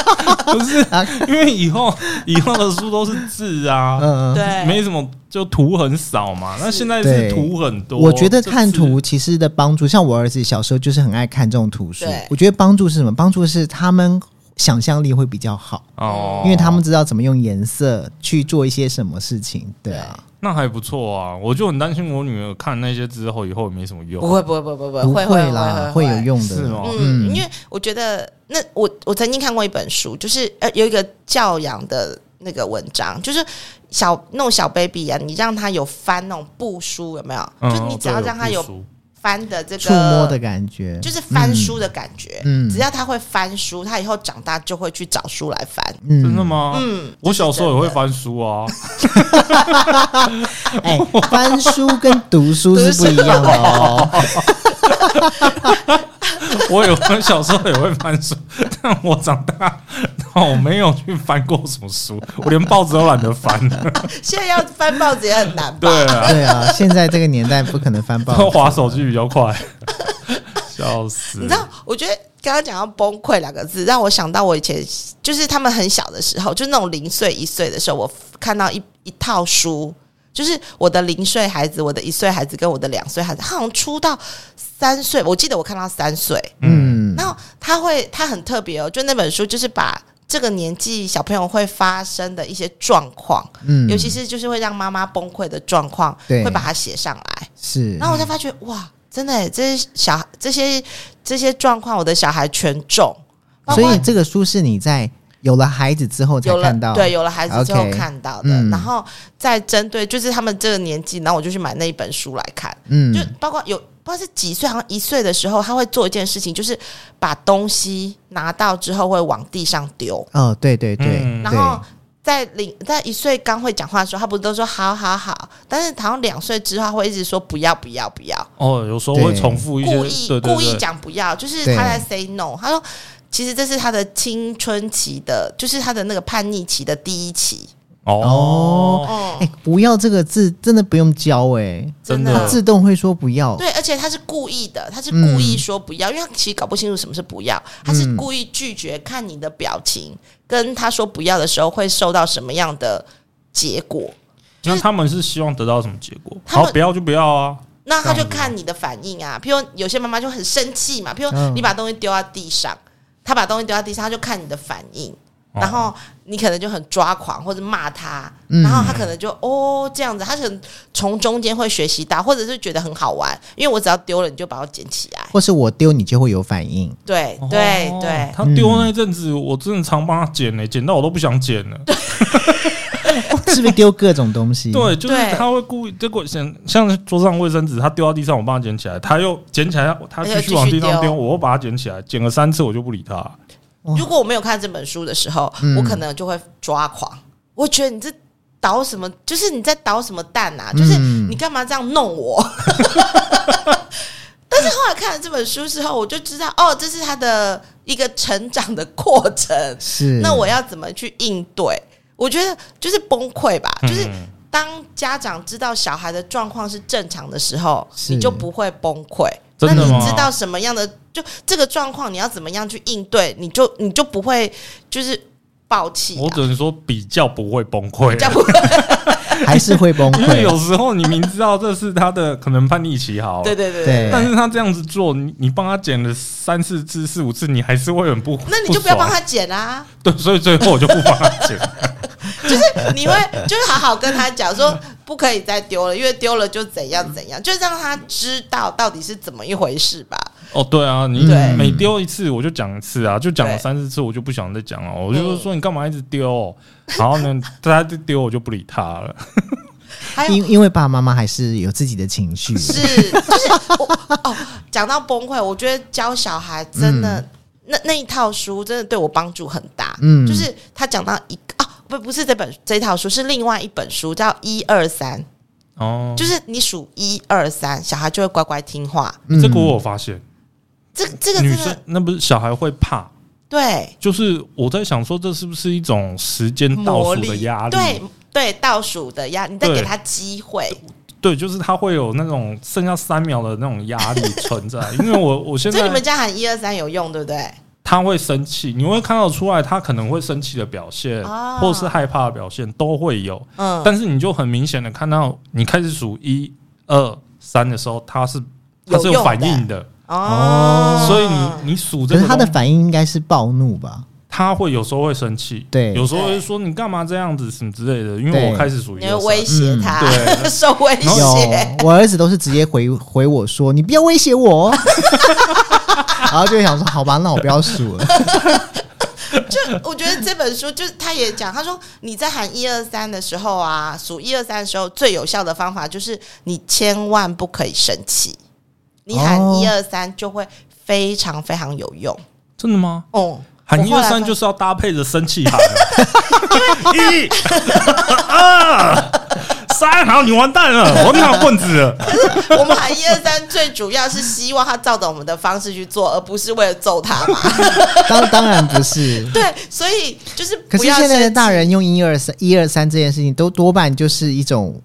[SPEAKER 2] 不是
[SPEAKER 1] 啊
[SPEAKER 2] 因为以后 以后的书都是字啊，
[SPEAKER 1] 嗯，嗯
[SPEAKER 3] 对，
[SPEAKER 2] 没什么，就图很少嘛。那现在
[SPEAKER 1] 对
[SPEAKER 2] 是图很多，
[SPEAKER 1] 我觉得
[SPEAKER 2] 这
[SPEAKER 1] 看
[SPEAKER 2] 字
[SPEAKER 1] 图其实的帮助，像我儿子小时候就是很爱看这种图书
[SPEAKER 3] 对。
[SPEAKER 1] 我觉得帮助是什么？帮助是他们想象力会比较好，
[SPEAKER 2] 哦，
[SPEAKER 1] 因为他们知道怎么用颜色去做一些什么事情。对啊，
[SPEAKER 2] 那还不错啊。我就很担心我女儿看那些之后，以后也没什么用
[SPEAKER 3] 不。会不会不会不会
[SPEAKER 1] 不
[SPEAKER 3] 会
[SPEAKER 1] 会
[SPEAKER 3] 会
[SPEAKER 1] 啦，会有。用
[SPEAKER 2] 是哦
[SPEAKER 1] 的
[SPEAKER 2] 吗。
[SPEAKER 3] 嗯，因为我觉得那我我曾经看过一本书，就是呃有一个教养的那个文章，就是小那种小 baby 啊，你让他有翻那种布书有没有？
[SPEAKER 2] 嗯
[SPEAKER 3] 就你只要让他
[SPEAKER 2] 对有
[SPEAKER 3] 有
[SPEAKER 2] 图书
[SPEAKER 3] 翻的这个
[SPEAKER 1] 触摸的感觉，
[SPEAKER 3] 就是翻书的感觉。
[SPEAKER 1] 嗯
[SPEAKER 3] 只要他会翻书，他以后长大就会去找书来翻。
[SPEAKER 1] 嗯，
[SPEAKER 2] 真的吗？
[SPEAKER 3] 嗯，
[SPEAKER 2] 我小时候也
[SPEAKER 3] 真
[SPEAKER 2] 会
[SPEAKER 3] 的
[SPEAKER 2] 翻书啊，
[SPEAKER 1] 哎，翻书跟读书是 不一样的哦。
[SPEAKER 2] 我有 我小时候也会翻书， 但我长大， 我没有去翻过什么书，我连报纸都懒得翻了。
[SPEAKER 3] 现在要翻报纸也 很难吧？
[SPEAKER 2] 对啊，
[SPEAKER 1] 对啊，现在这个年代不可能翻报
[SPEAKER 2] 都
[SPEAKER 1] 纸。
[SPEAKER 2] 滑手机比较 快，笑死！
[SPEAKER 3] 你知道，我觉得刚刚讲到崩溃两个字，让我想到我以前就是他们很小的时候，就那种零岁一岁的时候，我看到一一套书，就是我的零岁孩子、我的一岁孩子跟我的两岁孩子，他好像出到三岁，我记得我看到三岁，
[SPEAKER 1] 嗯，
[SPEAKER 3] 然后他会他很特别哦，就那本书就是把。这个年纪小朋友会发生的一些状况，
[SPEAKER 1] 嗯
[SPEAKER 3] 尤其是就是会让妈妈崩溃的状况，
[SPEAKER 1] 对
[SPEAKER 3] 会把它写上来。
[SPEAKER 1] 是
[SPEAKER 3] 然后我才发觉，哇，真的耶，这些小孩这些这些状况，我的小孩全中，包
[SPEAKER 1] 所
[SPEAKER 3] 括
[SPEAKER 1] 以这个书是你在有了孩子之后才
[SPEAKER 3] 有了
[SPEAKER 1] 看到，
[SPEAKER 3] 对，有了孩子之后
[SPEAKER 1] OK，
[SPEAKER 3] 看到的，
[SPEAKER 1] 嗯
[SPEAKER 3] 然后再针对就是他们这个年纪，然后我就去买那一本书来看，
[SPEAKER 1] 嗯
[SPEAKER 3] 就包括有。不知道是几岁，好像一岁的时候，他会做一件事情，就是把东西拿到之后会往地上丢。
[SPEAKER 1] 哦，对对对，
[SPEAKER 2] 嗯
[SPEAKER 3] 然后在零在一岁刚会讲话的时候，他不是都说好好好，但是好像两岁之后他会一直说不要不要不要，
[SPEAKER 2] 哦，有时候会
[SPEAKER 1] 对
[SPEAKER 2] 重复一些，
[SPEAKER 3] 故意
[SPEAKER 2] 对对
[SPEAKER 3] 故意
[SPEAKER 2] 对
[SPEAKER 3] 讲不要，就是
[SPEAKER 1] 对
[SPEAKER 3] 他在 say no。他说，其实这是他的青春期的，就是他的那个叛逆期的第一期。
[SPEAKER 2] 哦，
[SPEAKER 3] 哦、
[SPEAKER 1] 哎、不要这个字真的不用教哎、
[SPEAKER 2] 真
[SPEAKER 3] 真的
[SPEAKER 2] 的
[SPEAKER 1] 自动会说不要，
[SPEAKER 3] 哦对，而且他是故意的，他是
[SPEAKER 1] 嗯
[SPEAKER 3] 故意说不要，因为他其实搞不清楚什么是不要，他是故意拒绝。看你的表情，跟他说不要的时候会受到什么样的结果，
[SPEAKER 2] 那他们是希望得到什么结果？
[SPEAKER 3] 他们
[SPEAKER 2] 好，不要就不要啊，
[SPEAKER 3] 那他
[SPEAKER 2] 这
[SPEAKER 3] 就
[SPEAKER 2] 样子
[SPEAKER 3] 看你的反应啊。譬如有些妈妈就很生气嘛，譬如
[SPEAKER 1] 嗯
[SPEAKER 3] 你把东西丢到地上，他把东西丢到地上，他就看你的反应。
[SPEAKER 2] 哦
[SPEAKER 3] 然后你可能就很抓狂或者骂他，
[SPEAKER 1] 嗯
[SPEAKER 3] 然后他可能就哦这样子，他可能从中间会学习到，或者是觉得很好玩，因为我只要丢了你就把我捡起来，
[SPEAKER 1] 或是我丢你就会有反应，
[SPEAKER 3] 对对
[SPEAKER 2] 哦
[SPEAKER 3] 对，
[SPEAKER 2] 他丢那一阵子，我真的常帮他捡呢，捡到我都不想捡了。
[SPEAKER 1] 是不是丢各种东西？
[SPEAKER 2] 对，就是
[SPEAKER 3] 对
[SPEAKER 2] 他会故意，结果像像桌上卫生纸，他丢到地上，我帮他捡起来，他又捡起来，他继续往地
[SPEAKER 3] 哎他又继续
[SPEAKER 2] 上
[SPEAKER 3] 丢
[SPEAKER 2] 丢，我又把它捡起来，捡了三次我就不理他。
[SPEAKER 1] 哇
[SPEAKER 3] 如果我没有看这本书的时候，
[SPEAKER 1] 哦嗯
[SPEAKER 3] 我可能就会抓狂，我觉得你这捣什么，就是你在捣什么蛋啊，就是
[SPEAKER 1] 嗯
[SPEAKER 3] 你干嘛这样弄我？ 但是后来看了这本书之后，我就知道哦，这是他的一个成长的过程，
[SPEAKER 1] 是
[SPEAKER 3] 那我要怎么去应对？我觉得就是崩溃吧，就是
[SPEAKER 2] 嗯
[SPEAKER 3] 当家长知道小孩的状况是正常的时候，
[SPEAKER 1] 是
[SPEAKER 3] 你就不会崩溃。
[SPEAKER 2] 真的
[SPEAKER 3] 那
[SPEAKER 2] 吗
[SPEAKER 3] 你知道什么样的就这个状况，你要怎么样去应对，你就你就不会就是暴气、
[SPEAKER 2] 我
[SPEAKER 3] 啊
[SPEAKER 2] 只，能说比较不会崩溃
[SPEAKER 3] 这，样不会。
[SPEAKER 1] 还是会崩
[SPEAKER 2] 因为 有
[SPEAKER 1] 溃，
[SPEAKER 2] 时候你明知道这是他的可能叛逆期好，
[SPEAKER 3] 对对 对
[SPEAKER 1] 对
[SPEAKER 2] 但是他这样子做，你你帮他捡了三四次、四五次，你还是会很不，
[SPEAKER 3] 那你就不要帮
[SPEAKER 2] 爽
[SPEAKER 3] 他剪啦、啊，
[SPEAKER 2] 对，所以最后我就不帮他 捡。
[SPEAKER 3] 你会就是好好跟他讲说不可以再丢了，因为丢了就怎样怎样，就让他知道到底是怎么一回事吧。
[SPEAKER 2] 哦，对啊，你
[SPEAKER 3] 对
[SPEAKER 2] 每丢一次我就讲一次啊，就讲了
[SPEAKER 3] 对嗯
[SPEAKER 2] 三四次，我就不想再讲了。我就说你干嘛一直丢？哦然后呢，他就丢我就不理他了。
[SPEAKER 3] 还有
[SPEAKER 1] 因因为爸爸妈妈还是有自己的情绪，
[SPEAKER 3] 是，就是我哦，讲到崩溃，我觉得教小孩真的、
[SPEAKER 2] 嗯
[SPEAKER 3] 那那一套书真的对我帮助很大。
[SPEAKER 1] 嗯
[SPEAKER 3] 就是他讲到一个啊，不不是这本这一套书，是另外一本书叫一二三，
[SPEAKER 2] 哦，
[SPEAKER 3] 就是你数一二三，小孩就会乖乖听话。
[SPEAKER 1] 嗯
[SPEAKER 2] 这个我有发现，
[SPEAKER 3] 这这个
[SPEAKER 2] 女
[SPEAKER 3] 真
[SPEAKER 2] 生
[SPEAKER 3] 的
[SPEAKER 2] 那不是小孩会怕，
[SPEAKER 3] 对
[SPEAKER 2] 就是我在想说，这是不是一种时间倒
[SPEAKER 3] 魔
[SPEAKER 2] 数
[SPEAKER 3] 力
[SPEAKER 2] 的压力？
[SPEAKER 3] 对对倒数的压，你再
[SPEAKER 2] 对
[SPEAKER 3] 给他机会，
[SPEAKER 2] 对，就是他会有那种剩下三秒的那种压力存在。因为我我现
[SPEAKER 3] 所以你们
[SPEAKER 2] 在
[SPEAKER 3] 家喊一二三有用，对不对？
[SPEAKER 2] 他会生气，你会看到出来他可能会生气的表现，
[SPEAKER 3] 啊
[SPEAKER 2] 或是害怕的表现都会有。
[SPEAKER 3] 嗯，
[SPEAKER 2] 但是你就很明显的看到，你开始数一二三的时候，他是他是
[SPEAKER 3] 有用
[SPEAKER 2] 有反
[SPEAKER 3] 的
[SPEAKER 2] 应的，
[SPEAKER 3] 哦，
[SPEAKER 2] 所以你你数这
[SPEAKER 1] 可
[SPEAKER 2] 个
[SPEAKER 1] 是他
[SPEAKER 2] 东
[SPEAKER 1] 的反应应该是暴怒吧？
[SPEAKER 2] 他会有时候会生气，
[SPEAKER 1] 对
[SPEAKER 2] 有时候会说你干嘛这样子什么之类的，因为
[SPEAKER 1] 对
[SPEAKER 2] 我开始属于
[SPEAKER 3] 你会威胁他，
[SPEAKER 2] 嗯对
[SPEAKER 3] 受威胁。
[SPEAKER 1] 有，我儿子都是直接回回我说：“你不要威胁我。”哦 然后就会想说：“好吧，那我不要数了。
[SPEAKER 3] 我觉得这本书就是他也讲，他说你在喊一二三的时候啊，数一二三的时候，最有效的方法就是你千万不可以生气，你喊
[SPEAKER 1] 哦
[SPEAKER 3] 一二三就会非常非常有用。
[SPEAKER 2] 真的吗？
[SPEAKER 3] 哦、
[SPEAKER 2] 喊
[SPEAKER 3] 我
[SPEAKER 2] 一
[SPEAKER 3] 后
[SPEAKER 2] 二
[SPEAKER 3] 来发
[SPEAKER 2] 三 就是要搭配着生气喊啊，一、二、三，好，你完蛋了，我拿棍子了。
[SPEAKER 3] 我们喊一二三，最主要是希望他照着我们的方式去做，而不是为了揍他嘛。
[SPEAKER 1] 当当然不是。
[SPEAKER 3] 对，所以就是
[SPEAKER 1] 可
[SPEAKER 3] 不
[SPEAKER 1] 是
[SPEAKER 3] 要
[SPEAKER 1] 现在的
[SPEAKER 3] 生气
[SPEAKER 1] 大人用一二三一二三这件事情，都多半就是一种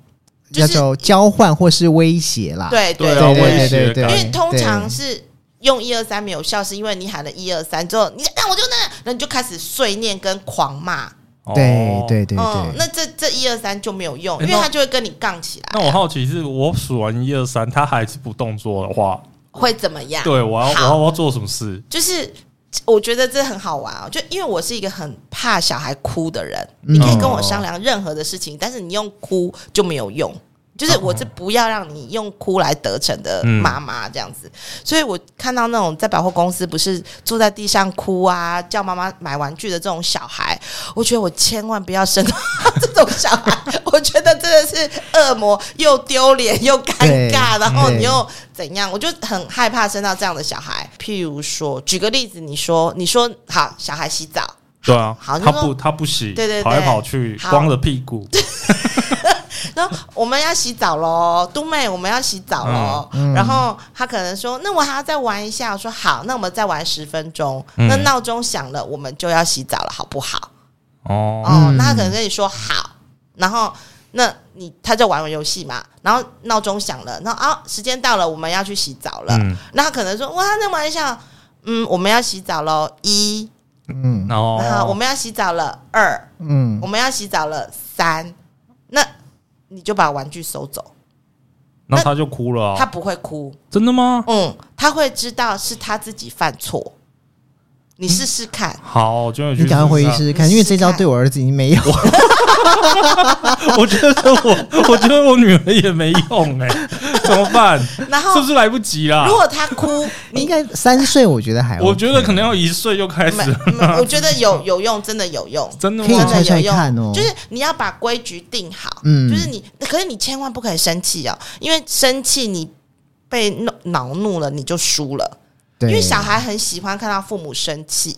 [SPEAKER 3] 就
[SPEAKER 1] 叫
[SPEAKER 3] 是
[SPEAKER 1] 做交换或是威胁啦。
[SPEAKER 3] 对对
[SPEAKER 2] 对
[SPEAKER 1] 对
[SPEAKER 2] 啊
[SPEAKER 1] 对
[SPEAKER 2] 威
[SPEAKER 1] 对
[SPEAKER 2] 胁
[SPEAKER 1] 对
[SPEAKER 2] 感
[SPEAKER 1] 对，
[SPEAKER 3] 因为通常
[SPEAKER 1] 对
[SPEAKER 3] 是用一二三没有效，是因为你喊了一二三之后，你那我就那，然后你就开始碎念跟狂骂，
[SPEAKER 1] 对
[SPEAKER 2] 哦。
[SPEAKER 1] 对对
[SPEAKER 3] 嗯，
[SPEAKER 1] 对，
[SPEAKER 3] 那这这一二三就没有用，
[SPEAKER 2] 诶
[SPEAKER 3] 因为
[SPEAKER 2] 那
[SPEAKER 3] 他就会跟你杠起来，
[SPEAKER 2] 那我好奇是，我数完一二三，他还是不动作的话，
[SPEAKER 3] 会怎么样？
[SPEAKER 2] 对我要我要我要做什么事？
[SPEAKER 3] 就是我觉得这很好玩哦，就因为我是一个很怕小孩哭的人，你可以跟我商量任何的事情，但是你用哭就没有用。就是我是不要让你用哭来得逞的妈妈这样子，所以我看到那种在百货公司不是坐在地上哭啊，叫妈妈买玩具的这种小孩，我觉得我千万不要生到 这种小孩，我觉得真的是恶魔，又丢脸又尴
[SPEAKER 1] 对
[SPEAKER 3] 尬，然后你
[SPEAKER 1] 对
[SPEAKER 3] 又怎样，我就很害怕生到这样的小孩。譬如说，举个例子，你说你说好，小孩洗澡，
[SPEAKER 2] 对啊，
[SPEAKER 3] 好
[SPEAKER 2] 他
[SPEAKER 3] 那
[SPEAKER 2] 不他不洗，
[SPEAKER 3] 对对对
[SPEAKER 2] 跑来跑去，
[SPEAKER 3] 好
[SPEAKER 2] 光着屁 股，
[SPEAKER 3] 然后我们要洗澡喽，都妹，我们要洗澡喽。
[SPEAKER 1] 嗯
[SPEAKER 3] 然后他可能说，那我还要再玩一下。我说好，那我们再玩十分钟。
[SPEAKER 2] 嗯
[SPEAKER 3] 那闹钟响了，我们就要洗澡了，好不好？
[SPEAKER 2] 哦，
[SPEAKER 3] 哦，
[SPEAKER 1] 嗯
[SPEAKER 3] 那他可能跟你说好，然后那你他就玩玩游戏嘛，然后闹钟响了，然后啊时间到了，我们要去洗澡了。
[SPEAKER 2] 嗯，
[SPEAKER 3] 那他可能说哇，那玩一下，嗯，我们要洗澡喽，一，
[SPEAKER 1] 嗯
[SPEAKER 2] 然后
[SPEAKER 3] 然后我们要洗澡了，二，
[SPEAKER 1] 嗯
[SPEAKER 3] 我，们要洗澡了，三，那你就把玩具收走，
[SPEAKER 2] 那他就哭了
[SPEAKER 3] 他
[SPEAKER 2] 啊，
[SPEAKER 3] 不会哭，
[SPEAKER 2] 真的吗？
[SPEAKER 3] 嗯，他会知道是他自己犯错，你试试看，
[SPEAKER 2] 好，就有去
[SPEAKER 1] 你赶快回去
[SPEAKER 2] 试
[SPEAKER 1] 试
[SPEAKER 2] 试
[SPEAKER 1] 试看，因为这招对我儿子已经没用。
[SPEAKER 2] 看。啊我觉得我， 我觉得我女儿也没用哎、怎么办？是
[SPEAKER 3] 然后
[SPEAKER 2] 不嗯是来啊不及啦
[SPEAKER 3] 如？果他哭，你
[SPEAKER 1] 应该三岁，哎我觉得还 OK
[SPEAKER 2] 我觉得可能要一岁就开
[SPEAKER 3] 没
[SPEAKER 2] 始，，
[SPEAKER 3] 没我觉得有有用，真的有用。
[SPEAKER 2] 真的
[SPEAKER 1] 可以
[SPEAKER 3] 真
[SPEAKER 2] 吗？
[SPEAKER 1] 猜
[SPEAKER 3] 的有
[SPEAKER 1] 猜
[SPEAKER 3] 用，
[SPEAKER 1] 看哦
[SPEAKER 3] 就是你要把规矩定好，
[SPEAKER 1] 嗯
[SPEAKER 3] 就是你，可是你千万不可以生气哦，因为生气你被怒恼怒了，你就输了。
[SPEAKER 1] 对，
[SPEAKER 3] 因为小孩很喜欢看到父母生 气，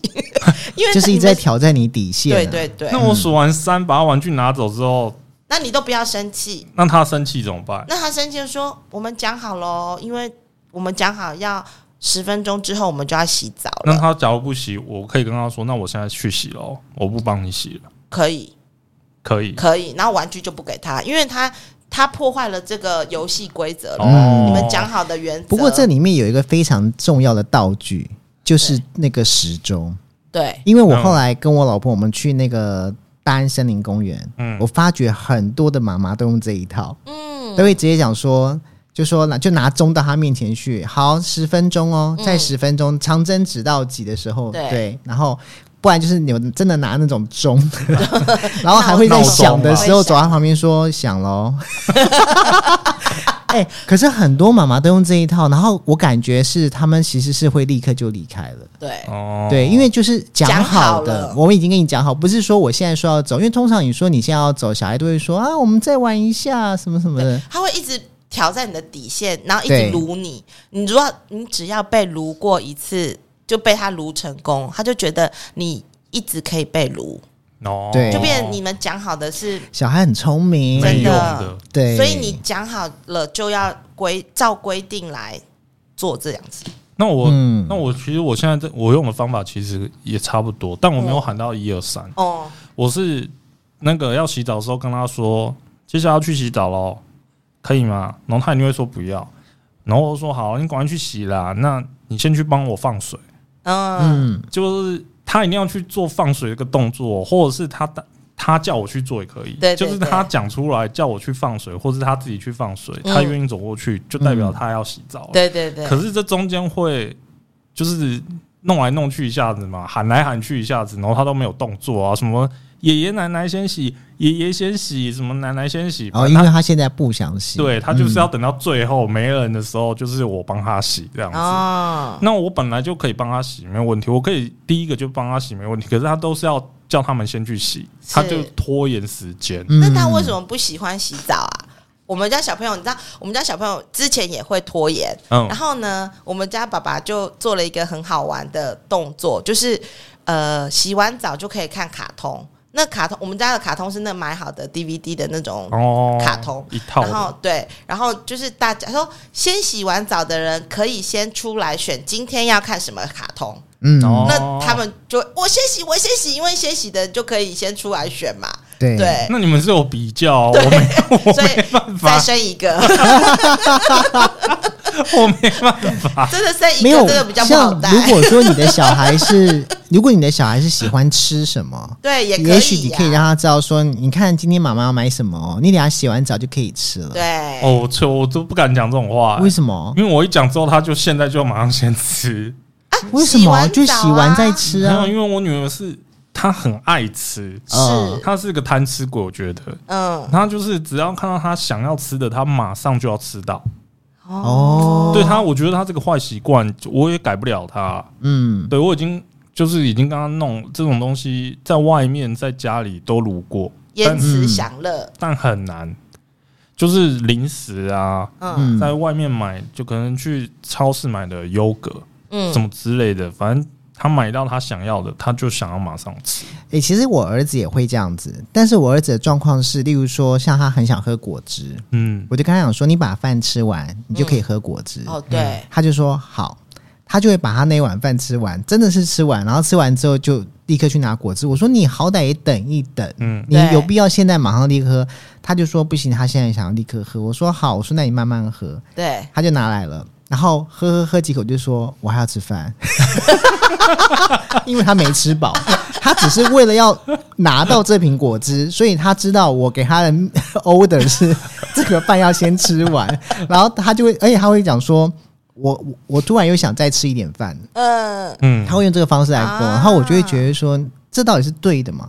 [SPEAKER 3] 因为
[SPEAKER 1] 就是一
[SPEAKER 3] 你
[SPEAKER 1] 直在
[SPEAKER 3] 们
[SPEAKER 1] 挑战你底线、啊。
[SPEAKER 3] 对对对
[SPEAKER 2] 那，我数完三，把玩具拿走之后，
[SPEAKER 3] 那你都不要生气。
[SPEAKER 2] 那他生气怎么办？
[SPEAKER 3] 那他生气就说：“我们讲好喽，因为我们讲好要十分钟之后我们就要洗澡
[SPEAKER 2] 那
[SPEAKER 3] 了，
[SPEAKER 2] 他假如不洗，我可以跟他说，那我现在去洗喽，我不帮你洗了，
[SPEAKER 3] 可以
[SPEAKER 2] 可以？
[SPEAKER 3] 可以。”然后玩具就不给他，因为他他破坏了这个游戏规则了。
[SPEAKER 2] 哦
[SPEAKER 1] 嗯
[SPEAKER 3] 你们讲好的原则。
[SPEAKER 1] 不过这里面有一个非常重要的道具，就是那个时钟。
[SPEAKER 3] 对
[SPEAKER 1] 因为我后来跟我老婆我们去那个大安森林公园，
[SPEAKER 2] 嗯
[SPEAKER 1] 我发觉很多的妈妈都用这一套，
[SPEAKER 3] 嗯
[SPEAKER 1] 都会直接讲说。就说拿就拿钟到她面前去，好，十分钟哦，
[SPEAKER 3] 嗯
[SPEAKER 1] 再十分钟，长针指到几的时候，
[SPEAKER 3] 对
[SPEAKER 1] 对，然后不然就是你们真的拿那种 钟，然后还会在响的时候
[SPEAKER 3] 闹钟
[SPEAKER 1] 走到她旁边说响喽。 哎、可是很多妈妈都用这一套，然后我感觉是他们其实是会立刻就离开了。
[SPEAKER 3] 对，
[SPEAKER 2] 哦，
[SPEAKER 1] 对，因为就是讲
[SPEAKER 3] 讲好
[SPEAKER 1] 好
[SPEAKER 3] 了
[SPEAKER 1] 的，我们已经跟你讲好，不是说我现在说要走，因为通常你说你现在要走，小孩都会说啊，我们再玩一下什么什么的。
[SPEAKER 3] 他会一直挑战你的底线，然后一
[SPEAKER 1] 对
[SPEAKER 3] 直撸你。你如果你只要被撸过一次，就被他撸成功，他就觉得你一直可以被撸，
[SPEAKER 2] 哦，
[SPEAKER 1] 对
[SPEAKER 3] 就变成你们讲好的是，
[SPEAKER 1] 小孩很聪明，
[SPEAKER 2] 没
[SPEAKER 3] 真
[SPEAKER 2] 用
[SPEAKER 3] 的
[SPEAKER 2] 的，
[SPEAKER 1] 对，
[SPEAKER 3] 所以你讲好了就要规照规定来做这样子。
[SPEAKER 2] 那我、
[SPEAKER 1] 嗯
[SPEAKER 2] 那我其实我现在这我用的方法其实也差不多，但我没有喊到一二三，
[SPEAKER 3] 哦，
[SPEAKER 2] 我是那个要洗澡的时候跟他说，接下来要去洗澡喽，可以吗？然后他一定会说不要，然后我就说好，你赶快去洗啦，那你先去帮我放水，
[SPEAKER 3] 嗯，
[SPEAKER 1] 嗯，
[SPEAKER 2] 啊就是他一定要去做放水这个动作，或者是他他叫我去做也可以，
[SPEAKER 3] 对对
[SPEAKER 2] 就是他讲出来叫我去放水，或是他自己去放水，他
[SPEAKER 3] 嗯
[SPEAKER 2] 愿意走过去，就代表他要洗澡了。
[SPEAKER 3] 对对对，
[SPEAKER 2] 可是这中间会就是弄来弄去一下子嘛，喊来喊去一下子，然后他都没有动作啊，什么爷爷奶奶先洗，爷爷先洗，什么奶奶先洗，
[SPEAKER 3] 哦
[SPEAKER 1] 然后哦因为他现在不想洗，
[SPEAKER 2] 对他就是要
[SPEAKER 1] 嗯
[SPEAKER 2] 等到最后没人的时候，就是我帮他洗这样子。
[SPEAKER 3] 哦，
[SPEAKER 2] 那我本来就可以帮他洗，没有问题。我可以第一个就帮他洗，没问题。可是他都是要叫他们先去洗，
[SPEAKER 3] 是
[SPEAKER 2] 他就拖延时间。
[SPEAKER 1] 嗯
[SPEAKER 3] 那他为什么不喜欢洗澡啊？我们家小朋友，你知道，我们家小朋友之前也会拖延，
[SPEAKER 2] 嗯
[SPEAKER 3] 然，后呢，我们家爸爸就做了一个很好玩的动作，就是呃，洗完澡就可以看卡通。那卡通，我们家的卡通是那买好的 DVD 的那种
[SPEAKER 2] 哦，
[SPEAKER 3] 卡通
[SPEAKER 2] 一套的，
[SPEAKER 3] 然后对，然后就是大家说，先洗完澡的人可以先出来选今天要看什么卡通。
[SPEAKER 1] 嗯，
[SPEAKER 2] 哦
[SPEAKER 3] 那他们就我先洗，我先洗，因为先洗的人就可以先出来选嘛。
[SPEAKER 1] 对
[SPEAKER 3] 对，
[SPEAKER 2] 那你们是有比较哦，我没，我
[SPEAKER 3] 所以
[SPEAKER 2] 没办
[SPEAKER 3] 再
[SPEAKER 2] 法，
[SPEAKER 3] 生一个，
[SPEAKER 2] 我没办法。
[SPEAKER 3] 真的生一
[SPEAKER 1] 没
[SPEAKER 3] 个
[SPEAKER 1] 有
[SPEAKER 3] 真的比较不好
[SPEAKER 1] 像
[SPEAKER 3] 带。
[SPEAKER 1] 如果说你的小孩 是，如果你的小孩是喜欢吃什么，
[SPEAKER 3] 对，也可以、啊呀
[SPEAKER 1] 也许你可以让他知道说，你看今天妈妈要买什么哦，你等下洗完澡就可以吃了。
[SPEAKER 3] 对
[SPEAKER 2] 哦，我错，我都不敢讲这种话、欸
[SPEAKER 1] 为什么？
[SPEAKER 2] 因为我一讲之后，他就现在就马上先吃。
[SPEAKER 1] 为什
[SPEAKER 3] 洗
[SPEAKER 1] 么？
[SPEAKER 3] 完
[SPEAKER 1] 就
[SPEAKER 3] 澡
[SPEAKER 1] 洗完
[SPEAKER 3] 啊
[SPEAKER 1] 再吃
[SPEAKER 2] 然后
[SPEAKER 1] 啊。
[SPEAKER 2] 因为我女儿是她很爱吃，
[SPEAKER 1] 嗯
[SPEAKER 3] 是
[SPEAKER 2] 她是个贪吃鬼，我觉得。
[SPEAKER 3] 嗯
[SPEAKER 2] 她就是只要看到她想要吃的，她马上就要吃到。
[SPEAKER 1] 哦，
[SPEAKER 2] 对她，我觉得她这个坏习惯，我也改不了她。
[SPEAKER 1] 嗯，
[SPEAKER 2] 对我已经就是已经跟她弄这种东西，在外面在家里都卤过，
[SPEAKER 3] 延迟
[SPEAKER 1] 嗯
[SPEAKER 3] 享乐，
[SPEAKER 2] 但很难。就是零食啊，
[SPEAKER 3] 嗯
[SPEAKER 1] 嗯
[SPEAKER 2] 在外面买，就可能去超市买的优格，什
[SPEAKER 3] 嗯
[SPEAKER 2] 么之类的，反正他买到他想要的，他就想要马上吃。
[SPEAKER 1] 诶、其实我儿子也会这样子，但是我儿子的状况是，例如说，像他很想喝果汁，
[SPEAKER 2] 嗯，
[SPEAKER 1] 我就跟他讲说，你把饭吃完，你就可以喝果汁。
[SPEAKER 3] 哦对，
[SPEAKER 1] 他就说好，他就会把他那碗饭吃完，真的是吃完，然后吃完之后就立刻去拿果汁。我说你好歹也等一等，
[SPEAKER 2] 嗯
[SPEAKER 1] 你
[SPEAKER 3] 对
[SPEAKER 1] 有必要现在马上立刻喝？他就说不行，他现在想要立刻喝。我说好，我说那你慢慢喝，
[SPEAKER 3] 对，
[SPEAKER 1] 他就拿来了。然后喝喝喝几口，就说我还要吃饭， 因为他没吃饱，他只是为了要拿到这瓶果汁，所以他知道我给他的 order 是这个饭要先吃完，然后他就会，而且他会讲说，我我我突然又想再吃一点饭，
[SPEAKER 3] 嗯，
[SPEAKER 2] 嗯
[SPEAKER 1] 他会用这个方式来跟我，然后我就会
[SPEAKER 3] 啊
[SPEAKER 1] 觉得说，这到底是对的吗？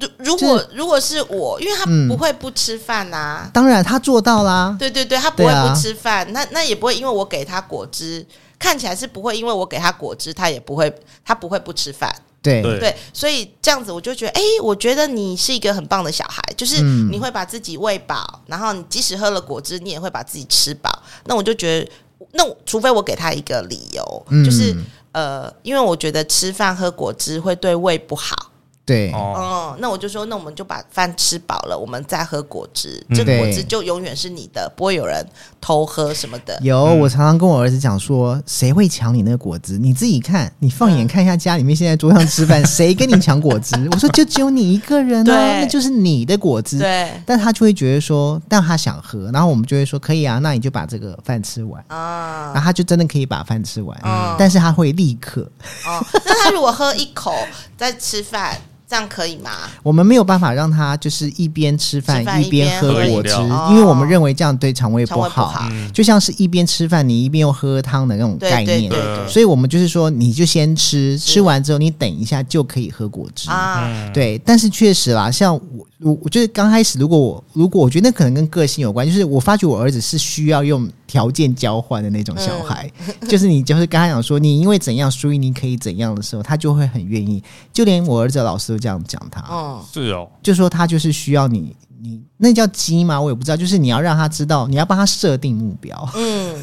[SPEAKER 3] 如如果如果是我，因为他
[SPEAKER 1] 嗯
[SPEAKER 3] 不会不吃饭呐，
[SPEAKER 1] 当然他做到啦，
[SPEAKER 3] 对对对，他不
[SPEAKER 1] 对
[SPEAKER 3] 会
[SPEAKER 1] 啊
[SPEAKER 3] 不吃饭，那那也不会因为我给他果汁，看起来是不会因为我给他果汁，他也不会他不会不吃饭，
[SPEAKER 1] 对
[SPEAKER 2] 对
[SPEAKER 3] 对，所以这样子我就觉得，哎、我觉得你是一个很棒的小孩，就是
[SPEAKER 1] 嗯
[SPEAKER 3] 你会把自己喂饱，然后你即使喝了果汁，你也会把自己吃饱。那我就觉得，那我除非我给他一个理由，
[SPEAKER 1] 嗯
[SPEAKER 3] 就是呃，因为我觉得吃饭喝果汁会对胃不好。
[SPEAKER 1] 对，
[SPEAKER 2] 哦，
[SPEAKER 3] 哦、那我就说，那我们就把饭吃饱了，我们再喝果汁。
[SPEAKER 2] 嗯
[SPEAKER 3] 这个果
[SPEAKER 1] 对
[SPEAKER 3] 汁就永远是你的，不会有人偷喝什么的。
[SPEAKER 1] 有，
[SPEAKER 2] 嗯
[SPEAKER 1] 我常常跟我儿子讲说，谁会抢你那个果汁？你自己看，你放眼看一下家里面现在桌上吃饭，谁跟你抢果 汁？我说就只有你一个人啊，
[SPEAKER 3] 对
[SPEAKER 1] 那就是你的果汁。
[SPEAKER 3] 对
[SPEAKER 1] 但他就会觉得说，但他想喝，然后我们就会说可以啊，那你就把这个饭吃完，
[SPEAKER 3] 啊
[SPEAKER 1] 然后，他就真的可以把饭吃完，
[SPEAKER 3] 嗯
[SPEAKER 1] 但是他会立刻，
[SPEAKER 3] 哦，那他如果喝一口再吃饭，这样可以吗？
[SPEAKER 1] 我们没有办法让他就是一边吃饭
[SPEAKER 3] 吃饭
[SPEAKER 1] 一边
[SPEAKER 3] 一边
[SPEAKER 1] 喝
[SPEAKER 2] 喝饮
[SPEAKER 1] 果汁
[SPEAKER 2] 料，
[SPEAKER 1] 因为我们认为这样对肠胃
[SPEAKER 3] 哦肠胃不好
[SPEAKER 2] 嗯
[SPEAKER 1] 就像是一边吃饭你一边又喝汤的那种
[SPEAKER 3] 对
[SPEAKER 1] 概
[SPEAKER 3] 对对
[SPEAKER 1] 念。
[SPEAKER 2] 对
[SPEAKER 3] 对，
[SPEAKER 1] 所以我们就是说，你就先吃，
[SPEAKER 3] 是
[SPEAKER 1] 吃完之后你等一下就可以喝果汁。
[SPEAKER 3] 啊，
[SPEAKER 2] 嗯，
[SPEAKER 1] 对，但是确实啦，像我，我我觉得刚开始，如果我如果我觉得那可能跟个性有关，就是我发觉我儿子是需要用条件交换的那种小孩，
[SPEAKER 3] 嗯
[SPEAKER 1] 就是你就是跟他讲说你因为怎样，所以你可以怎样的时候，他就会很愿意。就连我儿子的老师都这样讲他，
[SPEAKER 3] 嗯，
[SPEAKER 2] 是哦，
[SPEAKER 1] 就说他就是需要你你那叫激吗？我也不知道，就是你要让他知道，你要帮他设定目标，
[SPEAKER 3] 嗯，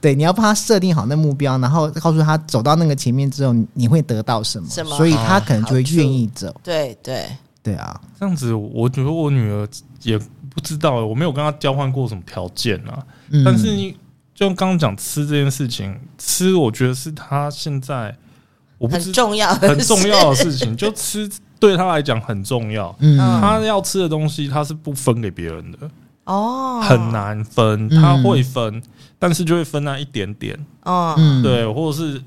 [SPEAKER 1] 对，你要帮他设定好那目标，然后告诉他走到那个前面之后，你你会得到什么，
[SPEAKER 3] 什么
[SPEAKER 1] 所以他可能就会
[SPEAKER 3] 好处
[SPEAKER 1] 愿意走。
[SPEAKER 3] 对对，
[SPEAKER 1] 对啊，
[SPEAKER 2] 这样子，我觉得我女儿也不知道欸、我没有跟她交换过什么条件啊。
[SPEAKER 1] 嗯，
[SPEAKER 2] 但是你就刚刚讲吃这件事情，吃我觉得是她现在我不
[SPEAKER 3] 很
[SPEAKER 2] 知
[SPEAKER 3] 重要的
[SPEAKER 2] 很重
[SPEAKER 3] 事
[SPEAKER 2] 要的事情， 就吃对她来讲很重要。
[SPEAKER 1] 嗯，
[SPEAKER 3] 嗯
[SPEAKER 2] 她要吃的东西，她是不分给别人的，
[SPEAKER 3] 哦，
[SPEAKER 2] 很难分。
[SPEAKER 1] 嗯
[SPEAKER 2] 她会分，但是就会分那一点点。
[SPEAKER 3] 哦，
[SPEAKER 1] 嗯，
[SPEAKER 2] 对，或者是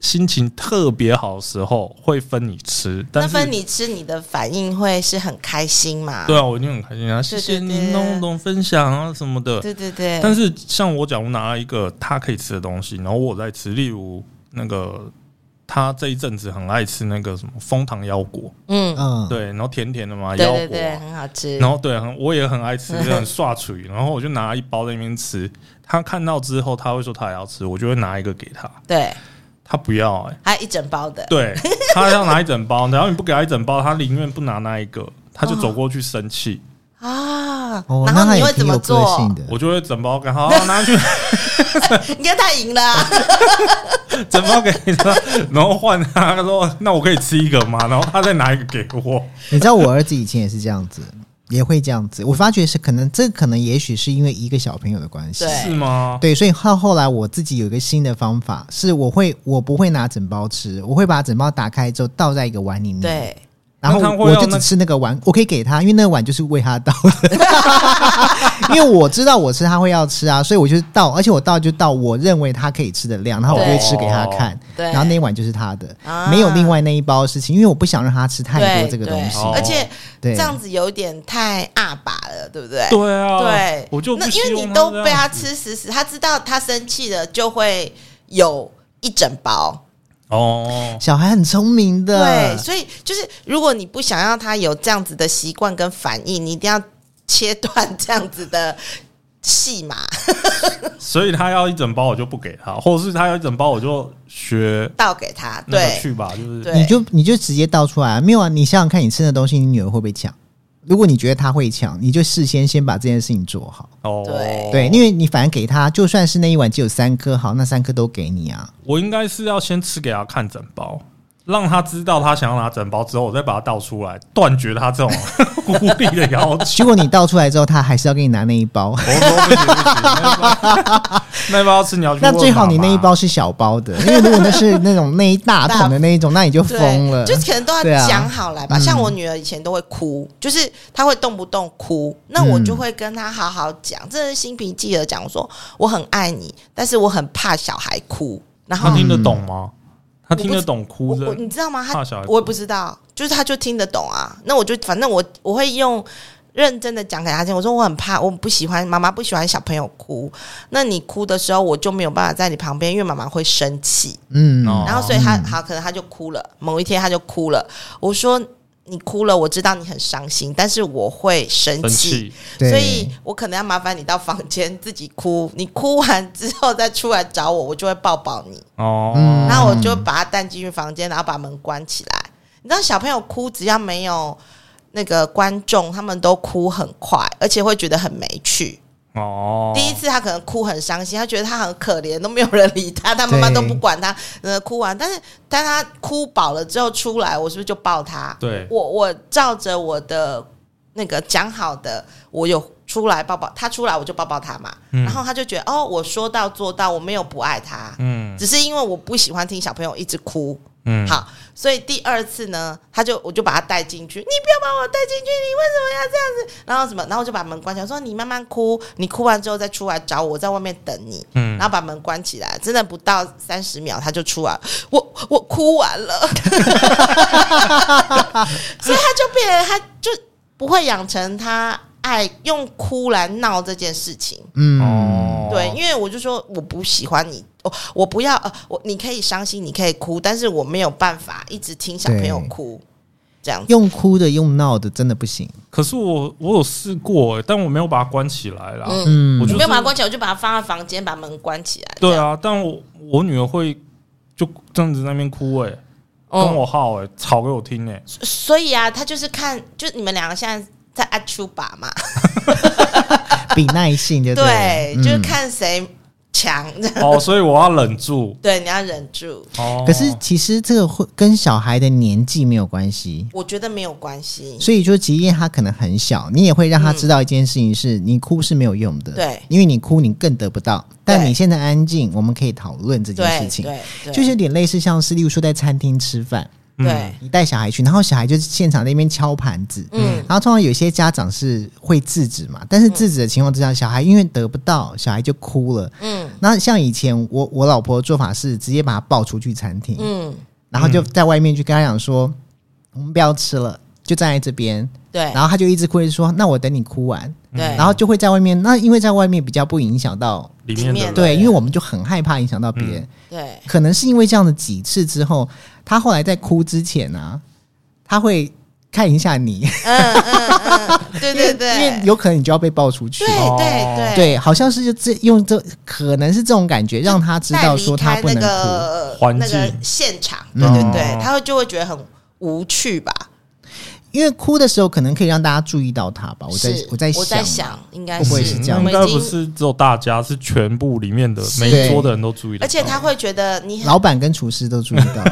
[SPEAKER 2] 心情特别好的时候会分你吃，
[SPEAKER 3] 那
[SPEAKER 2] 但
[SPEAKER 3] 分
[SPEAKER 2] 是
[SPEAKER 3] 你吃，你的反应会是很开心嘛？
[SPEAKER 2] 对啊，我一定很开心啊，谢谢
[SPEAKER 3] 对
[SPEAKER 2] 你弄懂分享啊什么的。
[SPEAKER 3] 对对对，
[SPEAKER 2] 但是像我假如拿了一个他可以吃的东西，然后我在吃，例如那个他这一阵子很爱吃那个什么枫糖腰果，
[SPEAKER 3] 嗯，
[SPEAKER 1] 嗯，
[SPEAKER 2] 对，然后甜甜的嘛
[SPEAKER 3] 对
[SPEAKER 2] 啊腰
[SPEAKER 3] 对
[SPEAKER 2] 果，啊
[SPEAKER 3] 对，很好吃。
[SPEAKER 2] 然后对，很我也很爱吃，很刷嘴，然后我就拿一包在那边吃。他看到之后，他会说他也要吃，我就会拿一个给他，
[SPEAKER 3] 对，
[SPEAKER 2] 他不要哎、
[SPEAKER 3] 还有一整包的，
[SPEAKER 2] 对他要拿一整包，然后你不给他一整包，他宁愿不拿那一个，他就走过去生气，
[SPEAKER 3] 啊，
[SPEAKER 1] 哦，
[SPEAKER 3] 然
[SPEAKER 1] 那
[SPEAKER 3] 后
[SPEAKER 1] 他
[SPEAKER 3] 你
[SPEAKER 1] 也
[SPEAKER 3] 会
[SPEAKER 1] 挺
[SPEAKER 3] 怎么
[SPEAKER 1] 有个性
[SPEAKER 3] 做？
[SPEAKER 1] 的，
[SPEAKER 2] 我就会整包给他，好好拿去
[SPEAKER 3] 你看他赢了啊，
[SPEAKER 1] 嗯
[SPEAKER 2] 整包给他，然后换他，他说那我可以吃一个吗？然后他再拿一个给我，
[SPEAKER 1] 你知道我儿子以前也是这样子，也会这样子。我发觉是可能，这可能也许是因为一个小朋友的关系。
[SPEAKER 3] 对
[SPEAKER 2] 是吗？
[SPEAKER 1] 对，所以后后来我自己有一个新的方法，是我会我不会拿整包吃，我会把整包打开之后倒在一个碗里面，，
[SPEAKER 3] 对，
[SPEAKER 1] 然后
[SPEAKER 2] 那他会
[SPEAKER 1] 我
[SPEAKER 2] 要
[SPEAKER 1] 就
[SPEAKER 2] 那
[SPEAKER 1] 只吃那个碗，我可以给他，因为那个碗就是为他倒的， 因为我知道我吃他会要吃啊，所以我就倒，而且我倒就倒我认为他可以吃的量，然后我就会吃给他看，
[SPEAKER 3] 对
[SPEAKER 1] 然后那一碗就是他的，
[SPEAKER 3] 啊
[SPEAKER 1] 没有另外那一包的事情，因为我不想让他吃太
[SPEAKER 3] 对
[SPEAKER 1] 多这个
[SPEAKER 3] 对
[SPEAKER 1] 东西，
[SPEAKER 2] 哦
[SPEAKER 3] 而且
[SPEAKER 1] 对，
[SPEAKER 3] 这样子有点太阿爸了，对不对？
[SPEAKER 2] 对啊，
[SPEAKER 3] 对，
[SPEAKER 2] 我就不
[SPEAKER 3] 那因
[SPEAKER 2] 希
[SPEAKER 3] 为
[SPEAKER 2] 望
[SPEAKER 3] 你都
[SPEAKER 2] 这样
[SPEAKER 3] 被他
[SPEAKER 2] 子
[SPEAKER 3] 吃死死，他知道他生气了就会有一整包。
[SPEAKER 2] 哦，
[SPEAKER 1] 小孩很聪明的
[SPEAKER 3] 对，，所以就是如果你不想让他有这样子的习惯跟反应，你一定要切断这样子的戏码，
[SPEAKER 2] 所以他要一整包我就不给他，或者是他要一整包我就学
[SPEAKER 3] 倒给他。
[SPEAKER 1] 嗯
[SPEAKER 2] 那个
[SPEAKER 3] 对，
[SPEAKER 2] 去吧，就是
[SPEAKER 3] 对
[SPEAKER 1] 你就你就直接倒出来啊、没有啊？你想想看，你吃的东西，你女儿会不会抢？如果你觉得她会抢，你就事先先把这件事情做好。
[SPEAKER 2] 哦，
[SPEAKER 3] 对
[SPEAKER 1] 对，因为你反正给她，就算是那一碗只有三颗，好，那三颗都给你啊。
[SPEAKER 2] 我应该是要先吃给他看整包，让他知道他想要拿整包之后，我再把它倒出来，断绝他这种无理的要求。
[SPEAKER 1] 结果你倒出来之后，她还是要给你拿那一包。
[SPEAKER 2] 我说不行不行，那一包那一包要吃你要去
[SPEAKER 1] 那
[SPEAKER 2] 问
[SPEAKER 1] 最好
[SPEAKER 2] 妈妈
[SPEAKER 1] 你那一包是小包的，因为如果那是那种那一大桶的那一种，那你就疯了
[SPEAKER 3] 对，。 就是可能都要
[SPEAKER 1] 对啊
[SPEAKER 3] 讲好来吧。
[SPEAKER 1] 嗯
[SPEAKER 3] 像我女儿以前都会哭，就是她会动不动哭，那我就会跟她好好讲，真的是心平气和讲，我说我很爱你，但是我很怕小孩哭。然后
[SPEAKER 2] 他听得懂吗？他听得懂哭
[SPEAKER 3] 我我
[SPEAKER 2] 的
[SPEAKER 3] 你知道吗？他
[SPEAKER 2] 怕小孩哭
[SPEAKER 3] 我也不知道，就是他就听得懂啊。那我就反正我我会用认真的讲给他听。我说我很怕，我不喜欢妈妈不喜欢小朋友哭。那你哭的时候，我就没有办法在你旁边，因为妈妈会生气。
[SPEAKER 1] 嗯，
[SPEAKER 2] 哦
[SPEAKER 3] 然后所以他好，可能他就哭了。某一天他就哭了。我说你哭了，我知道你很伤心，但是我会生
[SPEAKER 2] 生
[SPEAKER 3] 气。
[SPEAKER 2] 气，
[SPEAKER 1] 对
[SPEAKER 3] 所以我可能要麻烦你到房间自己哭，你哭完之后再出来找我，我就会抱抱你。
[SPEAKER 2] 哦，
[SPEAKER 1] 嗯
[SPEAKER 3] 然后我就把他带进去房间，然后把门关起来。你知道小朋友哭，只要没有那个观众，他们都哭很快，而且会觉得很没趣。
[SPEAKER 2] 哦，
[SPEAKER 3] 第一次他可能哭很伤心，他觉得他很可怜，都没有人理他，他妈妈
[SPEAKER 1] 对
[SPEAKER 3] 都不管他，呃，哭完。但是当他哭饱了之后出来，我是不是就抱他？
[SPEAKER 2] 对
[SPEAKER 3] 我我照着我的那个讲好的，我有出来抱抱他，出来我就抱抱他嘛。
[SPEAKER 2] 嗯
[SPEAKER 3] 然后他就觉得哦，我说到做到，我没有不爱他。
[SPEAKER 2] 嗯
[SPEAKER 3] 只是因为我不喜欢听小朋友一直哭，
[SPEAKER 2] 嗯，
[SPEAKER 3] 好，所以第二次呢，他就我就把他带进去，你不要把我带进去，你为什么要这样子？然后什么？然后我就把门关起来，我说你慢慢哭，你哭完之后再出来找我，我在外面等你。
[SPEAKER 2] 嗯
[SPEAKER 3] 然后把门关起来，真的不到三十秒他就出来，我我哭完 了，所以他就变得他就不会养成他爱用哭来闹这件事情。
[SPEAKER 1] 嗯，
[SPEAKER 2] 哦，
[SPEAKER 3] 对，因为我就说我不喜欢你，我我不要呃，我你可以伤心，你可以哭，但是我没有办法一直听小朋友
[SPEAKER 1] 对
[SPEAKER 3] 哭，这样子
[SPEAKER 1] 用哭的用闹的真的不行。
[SPEAKER 2] 可是我我有试过，欸但我没有把它关起来啦。
[SPEAKER 3] 嗯，
[SPEAKER 1] 嗯
[SPEAKER 2] 我
[SPEAKER 3] 我
[SPEAKER 2] 就
[SPEAKER 3] 没有把它
[SPEAKER 2] 是
[SPEAKER 3] 关起来，我就把它放在房间，把门关起来。
[SPEAKER 2] 对啊，但我我女儿会就这样子在那边哭哎，
[SPEAKER 3] 这
[SPEAKER 1] 哦
[SPEAKER 3] 样，
[SPEAKER 2] 欸跟我耗哎，吵给我听哎，
[SPEAKER 3] 所以啊，他就是看，就你们两个现在在阿丘把嘛，
[SPEAKER 1] 比耐性就
[SPEAKER 3] 对，
[SPEAKER 1] 了
[SPEAKER 3] 就是
[SPEAKER 1] 嗯
[SPEAKER 3] 看谁强。这样
[SPEAKER 2] 哦，所以我要忍住。
[SPEAKER 3] 对，你要忍住，
[SPEAKER 2] 哦，
[SPEAKER 1] 可是其实这个会跟小孩的年纪没有关系，
[SPEAKER 3] 我觉得没有关系。
[SPEAKER 1] 所以就即便他可能很小，你也会让他知道一件事情是：你哭是没有用的，
[SPEAKER 3] 对
[SPEAKER 1] 因为你哭你更得不到。但
[SPEAKER 3] 对
[SPEAKER 1] 你现在安静，我们可以讨论这件
[SPEAKER 3] 对
[SPEAKER 1] 事情，
[SPEAKER 3] 对对，
[SPEAKER 1] 就是有点类似像是，例如说在餐厅吃饭，
[SPEAKER 2] 嗯
[SPEAKER 3] 对，
[SPEAKER 1] 你带小孩去，然后小孩就现场在那边敲盘子。
[SPEAKER 3] 嗯，
[SPEAKER 1] 然后通常有些家长是会制止嘛，但是制止的情况之下，小孩因为得不到，小孩就哭了。
[SPEAKER 3] 嗯
[SPEAKER 1] 那像以前我我老婆的做法是直接把他抱出去餐厅，
[SPEAKER 3] 嗯，
[SPEAKER 1] 然后就在外面去跟他讲说，我们不要吃了，就站在这边。
[SPEAKER 3] 对
[SPEAKER 1] 然后他就一直哭，一直说那我等你哭完，
[SPEAKER 3] 对，
[SPEAKER 1] 然后就会在外面。那因为在外面比较不影响到，
[SPEAKER 2] 里面
[SPEAKER 3] 里
[SPEAKER 2] 的
[SPEAKER 3] 面
[SPEAKER 2] 人
[SPEAKER 1] 对，因为我们就很害怕影响到别
[SPEAKER 3] 嗯
[SPEAKER 1] 人。
[SPEAKER 3] 对
[SPEAKER 1] 可能是因为这样的几次之后，他后来在哭之前啊，他会看一下你，
[SPEAKER 3] 嗯 对对
[SPEAKER 1] 因为
[SPEAKER 3] 对，
[SPEAKER 1] 有可能你就要被抱出去
[SPEAKER 3] 对。
[SPEAKER 2] 哦
[SPEAKER 3] 对对，
[SPEAKER 1] 对，好像是就这用这可能是这种感觉，让他知道说他不能
[SPEAKER 3] 带离开那
[SPEAKER 1] 哭。
[SPEAKER 3] 个
[SPEAKER 2] 环
[SPEAKER 3] 那
[SPEAKER 2] 境
[SPEAKER 3] 个现场，对对对
[SPEAKER 2] 嗯，
[SPEAKER 3] 他会就会觉得很无趣吧？
[SPEAKER 1] 因为哭的时候可能可以让大家注意到他啊吧。我在
[SPEAKER 3] 是
[SPEAKER 1] 我在
[SPEAKER 3] 我
[SPEAKER 1] 想
[SPEAKER 3] 在
[SPEAKER 1] 嘛，
[SPEAKER 3] 想，应该
[SPEAKER 1] 会不会
[SPEAKER 2] 嗯
[SPEAKER 1] 是这样
[SPEAKER 3] 我
[SPEAKER 2] 应
[SPEAKER 3] 们
[SPEAKER 2] 该
[SPEAKER 3] 已
[SPEAKER 2] 不
[SPEAKER 3] 经，
[SPEAKER 2] 是只有大家，是全部里面的
[SPEAKER 3] 是
[SPEAKER 2] 每一桌的人都注意得
[SPEAKER 3] 而
[SPEAKER 2] 到。
[SPEAKER 3] 且他会觉得你很，
[SPEAKER 1] 老板跟厨师都注意到，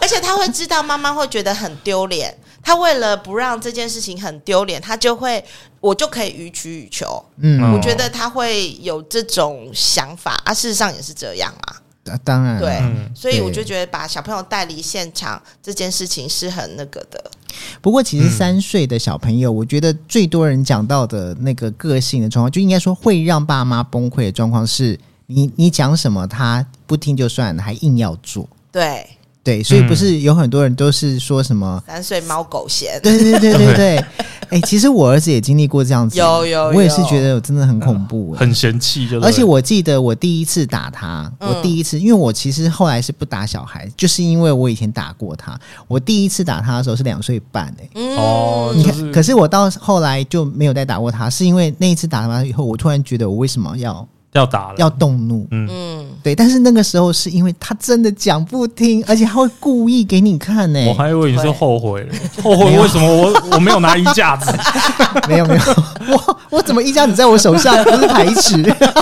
[SPEAKER 3] 而且他会知道妈妈会觉得很丢脸。他为了不让这件事情很丢脸，他就会，我就可以予取予求。
[SPEAKER 1] 嗯
[SPEAKER 2] 嗯
[SPEAKER 3] 我觉得他会有这种想法啊，事实上也是这样啊。
[SPEAKER 1] 啊当然
[SPEAKER 3] 对
[SPEAKER 1] 了
[SPEAKER 2] 嗯
[SPEAKER 3] 所以我
[SPEAKER 1] 对
[SPEAKER 3] 就觉得把小朋友带离现场这件事情是很那个的，
[SPEAKER 1] 不过，其实三岁的小朋友，我觉得最多人讲到的那个个性的状况，就应该说会让爸妈崩溃的状况是，你你讲什么他不听就算了，还硬要做。
[SPEAKER 3] 对，
[SPEAKER 1] 对，所以不是有很多人都是说什 么？
[SPEAKER 3] 三岁猫狗嫌，
[SPEAKER 1] 对对对对对，哎、其实我儿子也经历过这样子，
[SPEAKER 3] 有有
[SPEAKER 1] 我也是
[SPEAKER 3] 有
[SPEAKER 1] 觉得真的很恐怖、哎
[SPEAKER 2] 很嫌弃，就对
[SPEAKER 1] 而且我记得我第一次打他，
[SPEAKER 3] 嗯
[SPEAKER 1] 我第一次，因为我其实后来是不打小孩，就是因为我以前打过他。我第一次打他的时候是两岁半、哎。
[SPEAKER 3] 嗯，
[SPEAKER 2] 哦，
[SPEAKER 1] 你
[SPEAKER 2] 就
[SPEAKER 1] 看，
[SPEAKER 2] 是
[SPEAKER 1] 可是我到后来就没有再打过他，是因为那一次打完以后，我突然觉得我为什么要
[SPEAKER 2] 要打了，
[SPEAKER 1] 要动怒？
[SPEAKER 2] 嗯，
[SPEAKER 3] 嗯，
[SPEAKER 1] 对，但是那个时候是因为他真的讲不听，而且他会故意给你看呢、
[SPEAKER 2] 我还以为你是后悔了，后悔为什么我 我没有拿衣架子？
[SPEAKER 1] 没 有没有，我我怎么一家你在我手上，不是排尺，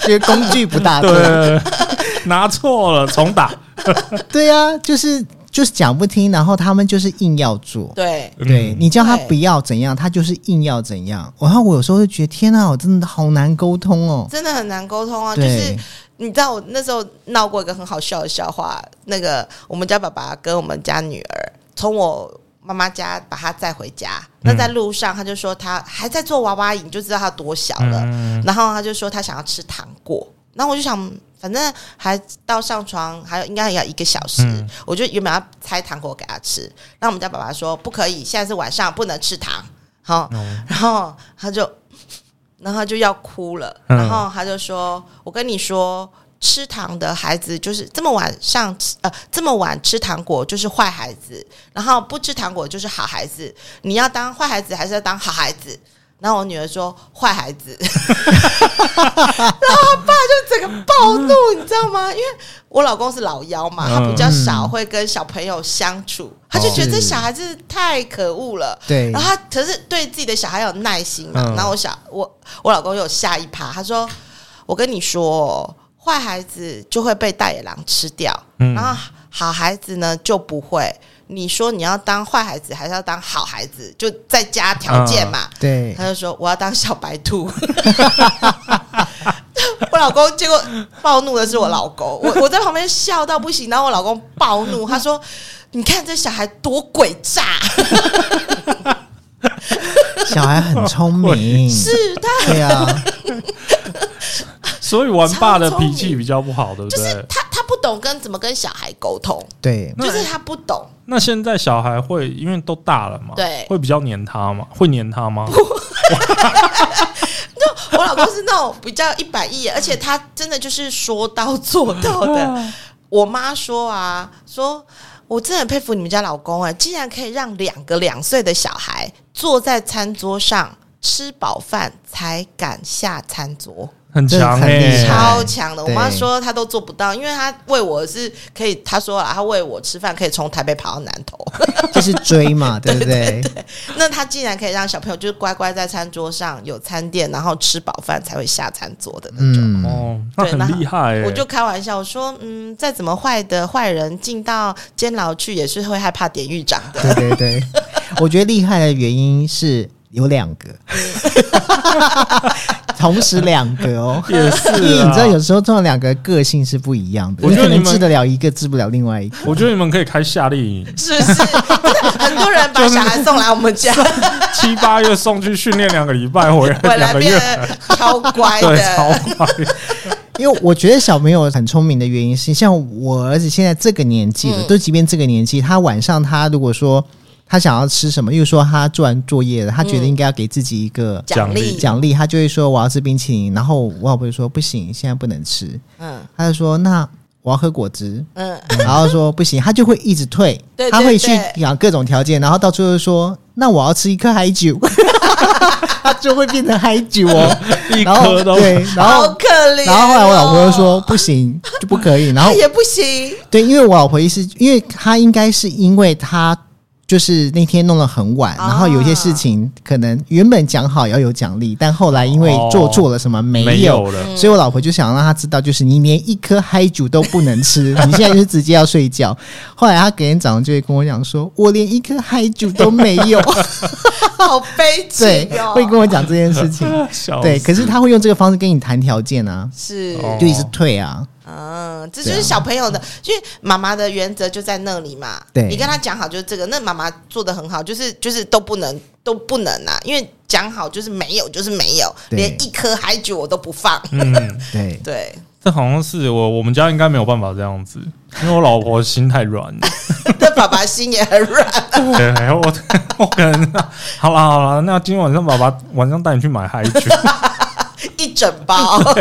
[SPEAKER 1] 觉得工具不大对，
[SPEAKER 2] 对，啊拿错了，重打。
[SPEAKER 1] 对啊，就是就是讲不听，然后他们就是硬要做。
[SPEAKER 3] 对，
[SPEAKER 1] 对
[SPEAKER 2] 嗯
[SPEAKER 1] 你叫他
[SPEAKER 3] 对
[SPEAKER 1] 不要怎样，他就是硬要怎样。然后我有时候就觉得，天啊，我真的好难沟通哦。
[SPEAKER 3] 真的很难沟通啊。就
[SPEAKER 1] 对
[SPEAKER 3] 是你知道，我那时候闹过一个很好笑的笑话，那个我们家爸爸跟我们家女儿从我。妈妈家把她载回家，那
[SPEAKER 1] 嗯
[SPEAKER 3] 在路上他就说他还在做娃娃椅，你就知道他多小了。
[SPEAKER 2] 嗯，
[SPEAKER 3] 然后他就说他想要吃糖果，然后我就想，反正还到上床还有应该要一个小时，
[SPEAKER 2] 嗯
[SPEAKER 3] 我就原本要拆糖果给他吃，然后我们家爸爸说不可以，现在是晚上不能吃糖，好、
[SPEAKER 2] 哦
[SPEAKER 3] 然后他就，然后他就要哭了，
[SPEAKER 2] 嗯
[SPEAKER 3] 然后他就说，我跟你说。吃糖的孩子就是这么晚上吃，呃，这么晚吃糖果就是坏孩子，然后不吃糖果就是好孩子。你要当坏孩子还是要当好孩子？然后我女儿说坏孩子，整个暴怒，你知道吗？因为我老公是老幺嘛，他
[SPEAKER 2] 嗯
[SPEAKER 3] 比较少会跟小朋友相处，他就觉得这小孩子太可恶了。
[SPEAKER 1] 对
[SPEAKER 3] 然后他可是对自己的小孩有耐心嘛。
[SPEAKER 2] 嗯
[SPEAKER 3] 然后我小我我老公又有下一趴，他说：“我跟你说，坏孩子就会被大野狼吃掉，
[SPEAKER 2] 嗯
[SPEAKER 3] 然后好孩子呢就不会。”你说你要当坏孩子，还是要当好孩子？就再加条
[SPEAKER 2] 嗯
[SPEAKER 3] 件嘛。
[SPEAKER 1] 对，
[SPEAKER 3] 他就说我要当小白兔。 我老公结果暴怒的是我老公，我我在旁边笑到不行，然后我老公暴怒，他说：“你看这小孩多诡诈，
[SPEAKER 1] 小孩很聪 明，
[SPEAKER 3] 是他
[SPEAKER 1] 对啊，
[SPEAKER 2] 所以玩爸的脾气比较不好，对不
[SPEAKER 3] 就是
[SPEAKER 2] 对？
[SPEAKER 3] 他他不懂跟怎么跟小孩沟通，
[SPEAKER 1] 对，
[SPEAKER 2] 那
[SPEAKER 3] 就是他不懂，
[SPEAKER 2] 那现在小孩会因为都大了嘛，
[SPEAKER 3] 对
[SPEAKER 2] 会比较黏他嘛，会黏他吗？
[SPEAKER 3] 我老公是那种比较一板一眼，而且他真的就是说到做到的。我妈说啊，说我真的很佩服你们家老公啊，竟然可以让两个两岁的小孩坐在餐桌上吃饱饭才敢下餐桌。
[SPEAKER 2] 很强
[SPEAKER 1] 真的很厉
[SPEAKER 2] 哎、
[SPEAKER 1] 害
[SPEAKER 3] 超强的。我
[SPEAKER 1] 对
[SPEAKER 3] 妈说她都做不到，因为她喂我是可以，她说啊，她喂我吃饭可以从台北跑到南投。
[SPEAKER 1] 就是追 嘛，对不对？
[SPEAKER 3] 那她竟然可以让小朋友就是乖乖在餐桌上有餐垫，然后吃饱饭才会下餐桌的那种。
[SPEAKER 1] 嗯，
[SPEAKER 2] 哦，那
[SPEAKER 3] 对那
[SPEAKER 2] 很厉害哎、
[SPEAKER 3] 我就开玩笑说，嗯，再怎么坏的坏人进到监牢去也是会害怕典狱长的。
[SPEAKER 1] 对对对，我觉得厉害的原因是有两 个，同时两个哦。
[SPEAKER 2] 也是、啊，
[SPEAKER 1] 因为你知道，有时候这种两个个性是不一样的，
[SPEAKER 2] 我觉得
[SPEAKER 1] 可能
[SPEAKER 2] 你们
[SPEAKER 1] 治得了一个，治不了另外一个。
[SPEAKER 2] 我觉得你们可以开夏令营，
[SPEAKER 3] 是不 是？很多人把小孩送来我们 家，
[SPEAKER 2] 七八月送去训练两个礼拜，回来
[SPEAKER 3] 回
[SPEAKER 2] 两
[SPEAKER 3] 来
[SPEAKER 2] 个
[SPEAKER 3] 变
[SPEAKER 2] 月，
[SPEAKER 3] 得超乖
[SPEAKER 2] 对，
[SPEAKER 3] 的。
[SPEAKER 2] 超快。
[SPEAKER 1] 因为我觉得小朋友很聪明的原因是，像我儿子现在这个年纪了，
[SPEAKER 3] 嗯
[SPEAKER 1] 都即便这个年纪，他晚上他如果说他想要吃什么，又说他做完作业了，他
[SPEAKER 2] 嗯
[SPEAKER 1] 觉得应该要给自己一个
[SPEAKER 3] 奖
[SPEAKER 2] 奖
[SPEAKER 3] 励
[SPEAKER 2] 励，
[SPEAKER 1] 奖励，他就会说我要吃冰淇淋，然后我老婆就说不行，现在不能吃，
[SPEAKER 3] 嗯
[SPEAKER 1] 他就说那我要喝果 汁，
[SPEAKER 3] 嗯，
[SPEAKER 1] 然后说不行，他就会一直退，
[SPEAKER 3] 对
[SPEAKER 1] 他会去
[SPEAKER 3] 对对
[SPEAKER 1] 养各种条件，然后到最后说那我要吃一颗海 酒，他就会变成海酒哦，
[SPEAKER 2] 一
[SPEAKER 1] 然后
[SPEAKER 2] 颗都
[SPEAKER 1] 对，然
[SPEAKER 3] 好
[SPEAKER 1] 后
[SPEAKER 3] 可怜哦。
[SPEAKER 1] 然后后来我老婆就说不行，就不可以。然
[SPEAKER 3] 他
[SPEAKER 1] 后
[SPEAKER 3] 也不行，
[SPEAKER 1] 对，因为我老婆意思，因为她应该是因为她就是那天弄得很晚，
[SPEAKER 3] 啊
[SPEAKER 1] 然后有一些事情可能原本讲好要有奖励，但后来因为做
[SPEAKER 2] 哦
[SPEAKER 1] 错了什么没有。
[SPEAKER 2] 没有了。
[SPEAKER 3] 嗯
[SPEAKER 1] 所以，我老婆就想让她知道，就是你连一颗嗨酒都不能吃，你现在就是直接要睡觉。后来她隔天早上就会跟我讲说，我连一颗嗨酒都没有，
[SPEAKER 3] 好悲
[SPEAKER 1] 对
[SPEAKER 3] 情哦，。
[SPEAKER 1] 会跟我讲这件事情。
[SPEAKER 2] 笑
[SPEAKER 1] 对，
[SPEAKER 2] 死
[SPEAKER 1] 可是她会用这个方式跟你谈条件啊，
[SPEAKER 3] 是，
[SPEAKER 2] 哦
[SPEAKER 1] 就一直退啊。
[SPEAKER 3] 嗯，这就
[SPEAKER 1] 对啊
[SPEAKER 3] 是小朋友的，因为妈妈的原则就在那里嘛。
[SPEAKER 1] 对
[SPEAKER 3] 你跟他讲好就是这个，那妈妈做的很好，就是就是都不能都不能啊，因为讲好就是没有就是没有，
[SPEAKER 1] 对
[SPEAKER 3] 连一颗海酒我都不放。
[SPEAKER 2] 嗯，
[SPEAKER 1] 对，
[SPEAKER 3] 对，
[SPEAKER 2] 这好像是我我们家应该没有办法这样子，因为我老婆心太软了。
[SPEAKER 3] 但爸爸心也很软，
[SPEAKER 2] 对，我我可能好啦好啦，那今天晚上爸爸晚上带你去买嗨酒，
[SPEAKER 3] 一整包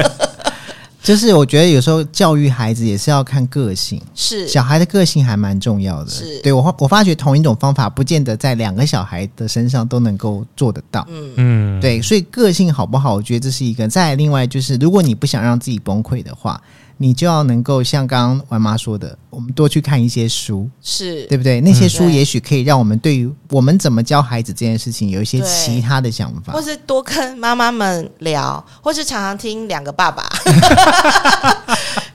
[SPEAKER 1] 就是我觉得有时候教育孩子也是要看个性，
[SPEAKER 3] 是
[SPEAKER 1] 小孩的个性还蛮重要的。
[SPEAKER 3] 是
[SPEAKER 1] 对我发我发觉同一种方法，不见得在两个小孩的身上都能够做得到。
[SPEAKER 2] 嗯，
[SPEAKER 1] 对，所以个性好不好，我觉得这是一个。再来另外就是，如果你不想让自己崩溃的话，你就要能够像刚刚婉妈说的，我们多去看一些书，
[SPEAKER 3] 是嗯
[SPEAKER 1] 对不对？那些书
[SPEAKER 3] 对
[SPEAKER 1] 也许可以让我们对于我们怎么教孩子这件事情有一些
[SPEAKER 3] 对
[SPEAKER 1] 其他的想法
[SPEAKER 3] 或。是多跟妈妈们聊，或是常常听两个爸爸，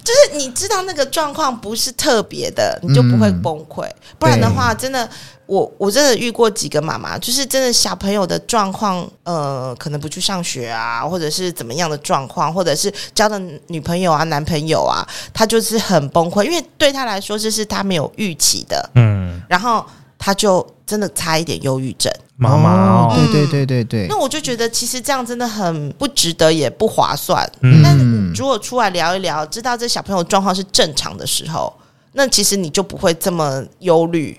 [SPEAKER 3] 就是你知道那个状况不是特别的，你就不会崩溃。不然的话，真的，我我真的遇过几个妈妈，就是真的小朋友的状况，呃，可能不去上学啊，或者是怎么样的状况，或者是交的女朋友啊、男朋友啊，他就是很崩溃，因为对他来说这是他没有预期的，
[SPEAKER 2] 嗯，
[SPEAKER 3] 然后他就真的差一点忧郁症。
[SPEAKER 2] 妈妈
[SPEAKER 1] 哦
[SPEAKER 2] 哦，
[SPEAKER 1] 对对对对对
[SPEAKER 3] 那，我就觉得其实这样真的很不值得，也不划算。
[SPEAKER 2] 嗯
[SPEAKER 3] 但如果出来聊一聊，知道这小朋友状况是正常的时候，那其实你就不会这么忧虑，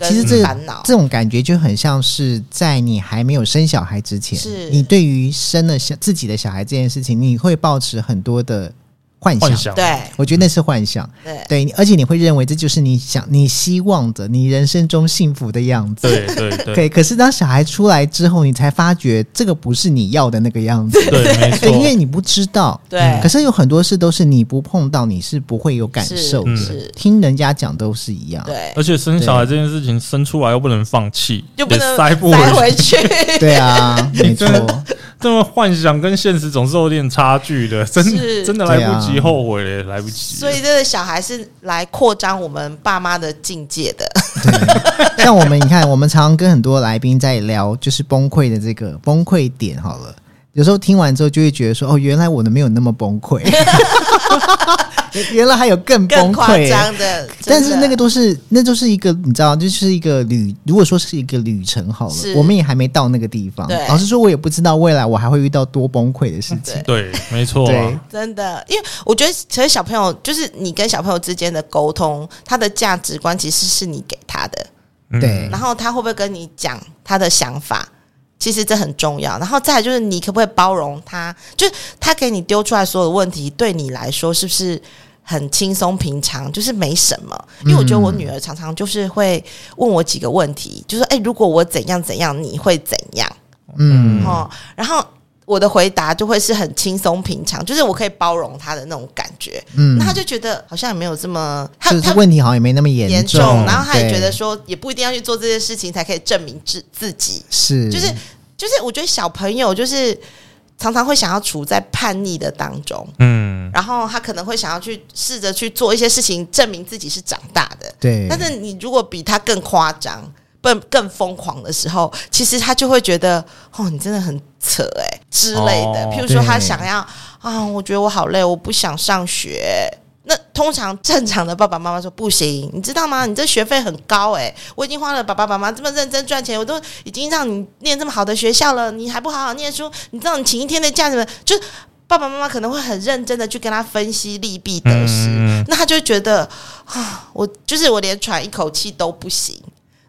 [SPEAKER 1] 其实这个
[SPEAKER 3] 烦恼
[SPEAKER 1] 这种感觉就很像是在你还没有生小孩之前，
[SPEAKER 3] 是
[SPEAKER 1] 你对于生了小自己的小孩这件事情，你会抱持很多的幻想。
[SPEAKER 2] 幻想
[SPEAKER 3] 对
[SPEAKER 1] 我觉得那是幻想，
[SPEAKER 3] 对
[SPEAKER 1] 对，而且你会认为这就是你想、你希望的、你人生中幸福的样子。
[SPEAKER 2] 对对 对
[SPEAKER 1] 对，可是当小孩出来之后，你才发觉这个不是你要的那个样子。
[SPEAKER 2] 对，没
[SPEAKER 1] 对，因为
[SPEAKER 2] 错，
[SPEAKER 1] 你不知道。
[SPEAKER 3] 对
[SPEAKER 1] 嗯可，是有很多事都是你不碰到，你是不会有感
[SPEAKER 3] 是
[SPEAKER 1] 受的。
[SPEAKER 3] 是
[SPEAKER 1] 听人家讲都是一样。
[SPEAKER 3] 对，
[SPEAKER 2] 而且生小孩这件事情，生出来又不能放弃，
[SPEAKER 3] 就不能
[SPEAKER 2] 也塞不
[SPEAKER 3] 塞
[SPEAKER 2] 回去，
[SPEAKER 3] 回去。
[SPEAKER 1] 对啊，没错
[SPEAKER 2] 真。的这么幻想跟现实总是有点差距 的，真
[SPEAKER 3] 是
[SPEAKER 2] 真的来不
[SPEAKER 1] 对
[SPEAKER 2] 及
[SPEAKER 1] 啊
[SPEAKER 2] 后悔了，来不及。
[SPEAKER 3] 所以这个小孩是来扩张我们爸妈的境界的，
[SPEAKER 1] 对， 像我们你看，我们常常跟很多来宾在聊，就是崩溃的这个崩溃点。好了，有时候听完之后就会觉得说，哦，原来我的没有那么崩 溃，原来还有更
[SPEAKER 3] 更
[SPEAKER 1] 崩
[SPEAKER 3] 夸
[SPEAKER 1] 溃。
[SPEAKER 3] 张的。
[SPEAKER 1] 但
[SPEAKER 3] 真
[SPEAKER 1] 是
[SPEAKER 3] 的
[SPEAKER 1] 那个都是，那都是一个你知道，就是一个旅。如果说是一个旅程好了
[SPEAKER 3] 是，
[SPEAKER 1] 我们也还没到那个地方
[SPEAKER 3] 对。
[SPEAKER 1] 老实说，我也不知道未来我还会遇到多崩溃的事情。
[SPEAKER 2] 对，没
[SPEAKER 3] 嗯
[SPEAKER 2] 错
[SPEAKER 1] 对嗯
[SPEAKER 2] 啊，
[SPEAKER 3] 真的，因为我觉得其实小朋友就是你跟小朋友之间的沟通，他的价值观其实是你给他的，
[SPEAKER 2] 嗯
[SPEAKER 1] 对
[SPEAKER 3] 然后他会不会跟你讲他的想法？其实这很重要。然后再来就是你可不可以包容他？就是他给你丢出来所有的问题，对你来说是不是很轻松平常？就是没什么。因为我觉得我女儿常常就是会问我几个问题，就说：“哎、如果我怎样怎样，你会怎样？”
[SPEAKER 1] 嗯，
[SPEAKER 3] 哦，然后我的回答就会是很轻松平常，就是我可以包容他的那种感觉。
[SPEAKER 1] 嗯
[SPEAKER 3] 那，他就觉得好像也没有这么他
[SPEAKER 1] 就是
[SPEAKER 3] 他
[SPEAKER 1] 问题好像也没那么
[SPEAKER 3] 严
[SPEAKER 1] 重，
[SPEAKER 2] 重
[SPEAKER 3] 然后他也
[SPEAKER 1] 对
[SPEAKER 3] 觉得说，也不一定要去做这些事情才可以证明自自己，
[SPEAKER 1] 是，
[SPEAKER 3] 就是就是我觉得小朋友就是常常会想要处在叛逆的当中，
[SPEAKER 2] 嗯，
[SPEAKER 3] 然后他可能会想要去试着去做一些事情证明自己是长大的，
[SPEAKER 1] 对，
[SPEAKER 3] 但是你如果比他更夸张、更更疯狂的时候，其实他就会觉得哦，你真的很扯哎、之类的。
[SPEAKER 2] 哦
[SPEAKER 3] 譬如说，
[SPEAKER 1] 对
[SPEAKER 3] 他想要啊，我觉得我好累，我不想上学。那通常正常的爸爸妈妈说不行，你知道吗？你这学费很高哎、我已经花了爸爸妈妈这么认真赚钱，我都已经让你念这么好的学校了，你还不好好念书，你知道你请一天的假怎么？就是爸爸妈妈可能会很认真的去跟他分析利弊得失，
[SPEAKER 2] 嗯
[SPEAKER 3] 那他就会觉得啊，我就是我连喘一口气都不行。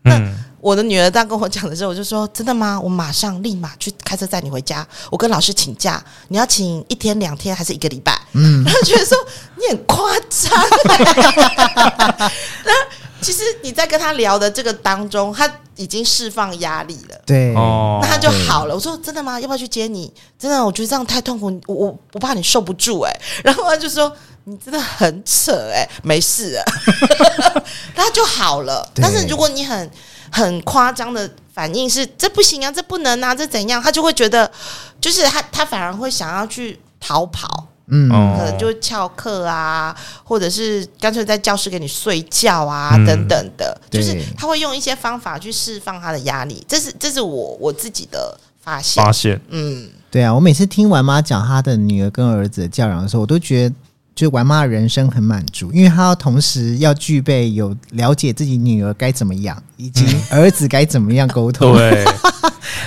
[SPEAKER 3] 那
[SPEAKER 2] 嗯，
[SPEAKER 3] 我的女儿这样跟我讲的时候，我就说：“真的吗？我马上立马去开车载你回家，我跟老师请假，你要请一天、两天还是一个礼拜？”嗯，然后觉得说你很夸张、欸 那其实你在跟他聊的这个当中，他已经释放压力了。
[SPEAKER 1] 对，
[SPEAKER 2] 哦
[SPEAKER 3] 那他就好了。我说真的吗？要不要去接你？真的，我觉得这样太痛苦，我我我怕你受不住哎、 然后他就说你真的很扯哎、没事啊， 他就好了。
[SPEAKER 1] 对
[SPEAKER 3] 但是如果你很很夸张的反应是这不行啊，这不能啊，这怎样？他就会觉得就是他他反而会想要去逃跑。
[SPEAKER 1] 嗯，
[SPEAKER 2] 哦
[SPEAKER 3] 可能就翘课啊，或者是干脆在教室给你睡觉啊，
[SPEAKER 2] 嗯
[SPEAKER 3] 等等的，
[SPEAKER 1] 对
[SPEAKER 3] 就是他会用一些方法去释放他的压力，这是这是我我自己的发现。
[SPEAKER 2] 发 现，
[SPEAKER 3] 嗯，
[SPEAKER 1] 对啊，我每次听完妈讲她的女儿跟儿子的教养的时候，我都觉得。就玩妈的人生很满足，因为她要同时要具备有了解自己女儿该怎么 样，以及儿子该怎么样沟通。
[SPEAKER 2] 对，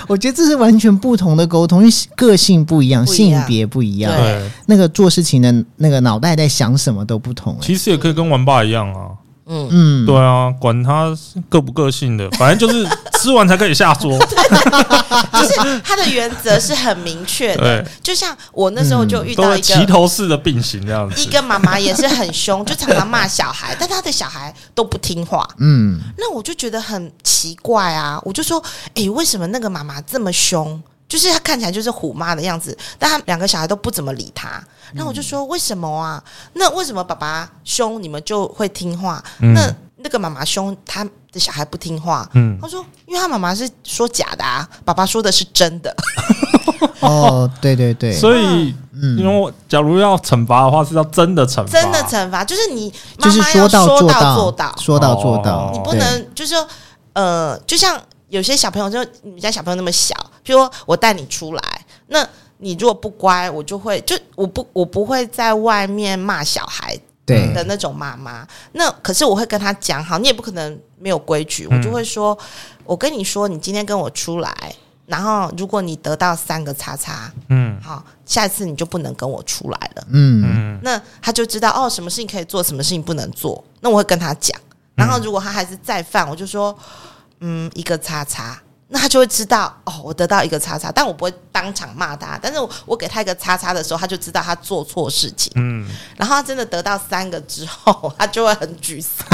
[SPEAKER 1] 我觉得这是完全不同的沟通，因为个性不一样，
[SPEAKER 3] 不一样
[SPEAKER 1] 性别不一样，
[SPEAKER 3] 对
[SPEAKER 2] 对，
[SPEAKER 1] 那个做事情的那个脑袋在想什么都不同、欸。
[SPEAKER 2] 其实也可以跟玩爸一样啊，
[SPEAKER 1] 嗯，
[SPEAKER 2] 对啊，管他个不个性的，反正就是 吃完才可以下桌，
[SPEAKER 3] 就是他的原则是很明确的
[SPEAKER 2] 对，嗯
[SPEAKER 3] 就像我那时候就遇
[SPEAKER 2] 都
[SPEAKER 3] 到
[SPEAKER 2] 是
[SPEAKER 3] 一
[SPEAKER 2] 齐
[SPEAKER 3] 个。
[SPEAKER 2] 头式的并行这样
[SPEAKER 3] 一
[SPEAKER 2] 子。
[SPEAKER 3] 个妈妈也是很凶，就常常骂小孩，但他的小孩都不听话。
[SPEAKER 1] 嗯，
[SPEAKER 3] 那我就觉得很奇怪啊！我就说，诶，为什么那个妈妈这么凶？就是她看起来就是虎妈的样子，但她两个小孩都不怎么理她。那我就说，为什么啊？那为什么爸爸凶你们就会听话？
[SPEAKER 2] 嗯
[SPEAKER 3] 那那个妈妈凶她的小孩不听话？
[SPEAKER 2] 嗯，
[SPEAKER 3] 他说，因为他妈妈是说假的啊，爸爸说的是真的。
[SPEAKER 1] 哦，对对对，
[SPEAKER 2] 所以因为
[SPEAKER 1] 嗯，
[SPEAKER 2] 我假如要惩罚的话，是要真的啊惩罚，
[SPEAKER 3] 真的惩罚就是你妈
[SPEAKER 1] 就是
[SPEAKER 3] 妈要
[SPEAKER 1] 到
[SPEAKER 3] 说
[SPEAKER 1] 做
[SPEAKER 3] 到做到，
[SPEAKER 1] 说到做
[SPEAKER 2] 哦
[SPEAKER 1] 到，
[SPEAKER 3] 你不
[SPEAKER 1] 对
[SPEAKER 3] 能就是说，呃，就像有些小朋友，就你们家小朋友那么小，譬如说我带你出来，那你如果不乖，我就会就我不我不会在外面骂小孩
[SPEAKER 1] 对
[SPEAKER 3] 的那种妈妈。那可是我会跟他讲好，你也不可能没有规矩，我就会说，我跟你说，你今天跟我出来，然后如果你得到三个叉叉，
[SPEAKER 2] 嗯
[SPEAKER 3] 好，下一次你就不能跟我出来了。
[SPEAKER 1] 嗯，
[SPEAKER 2] 嗯
[SPEAKER 3] 那他就知道哦，什么事情可以做，什么事情不能做。那我会跟他讲，然
[SPEAKER 2] 嗯
[SPEAKER 3] 后如果他还是再犯，我就说，嗯，一个叉叉。那他就会知道哦，我得到一个叉叉，但我不会当场骂他，但是我我给他一个叉叉的时候，他就知道他做错事情。
[SPEAKER 2] 嗯，
[SPEAKER 3] 然后他真的得到三个之后，他就会很沮丧。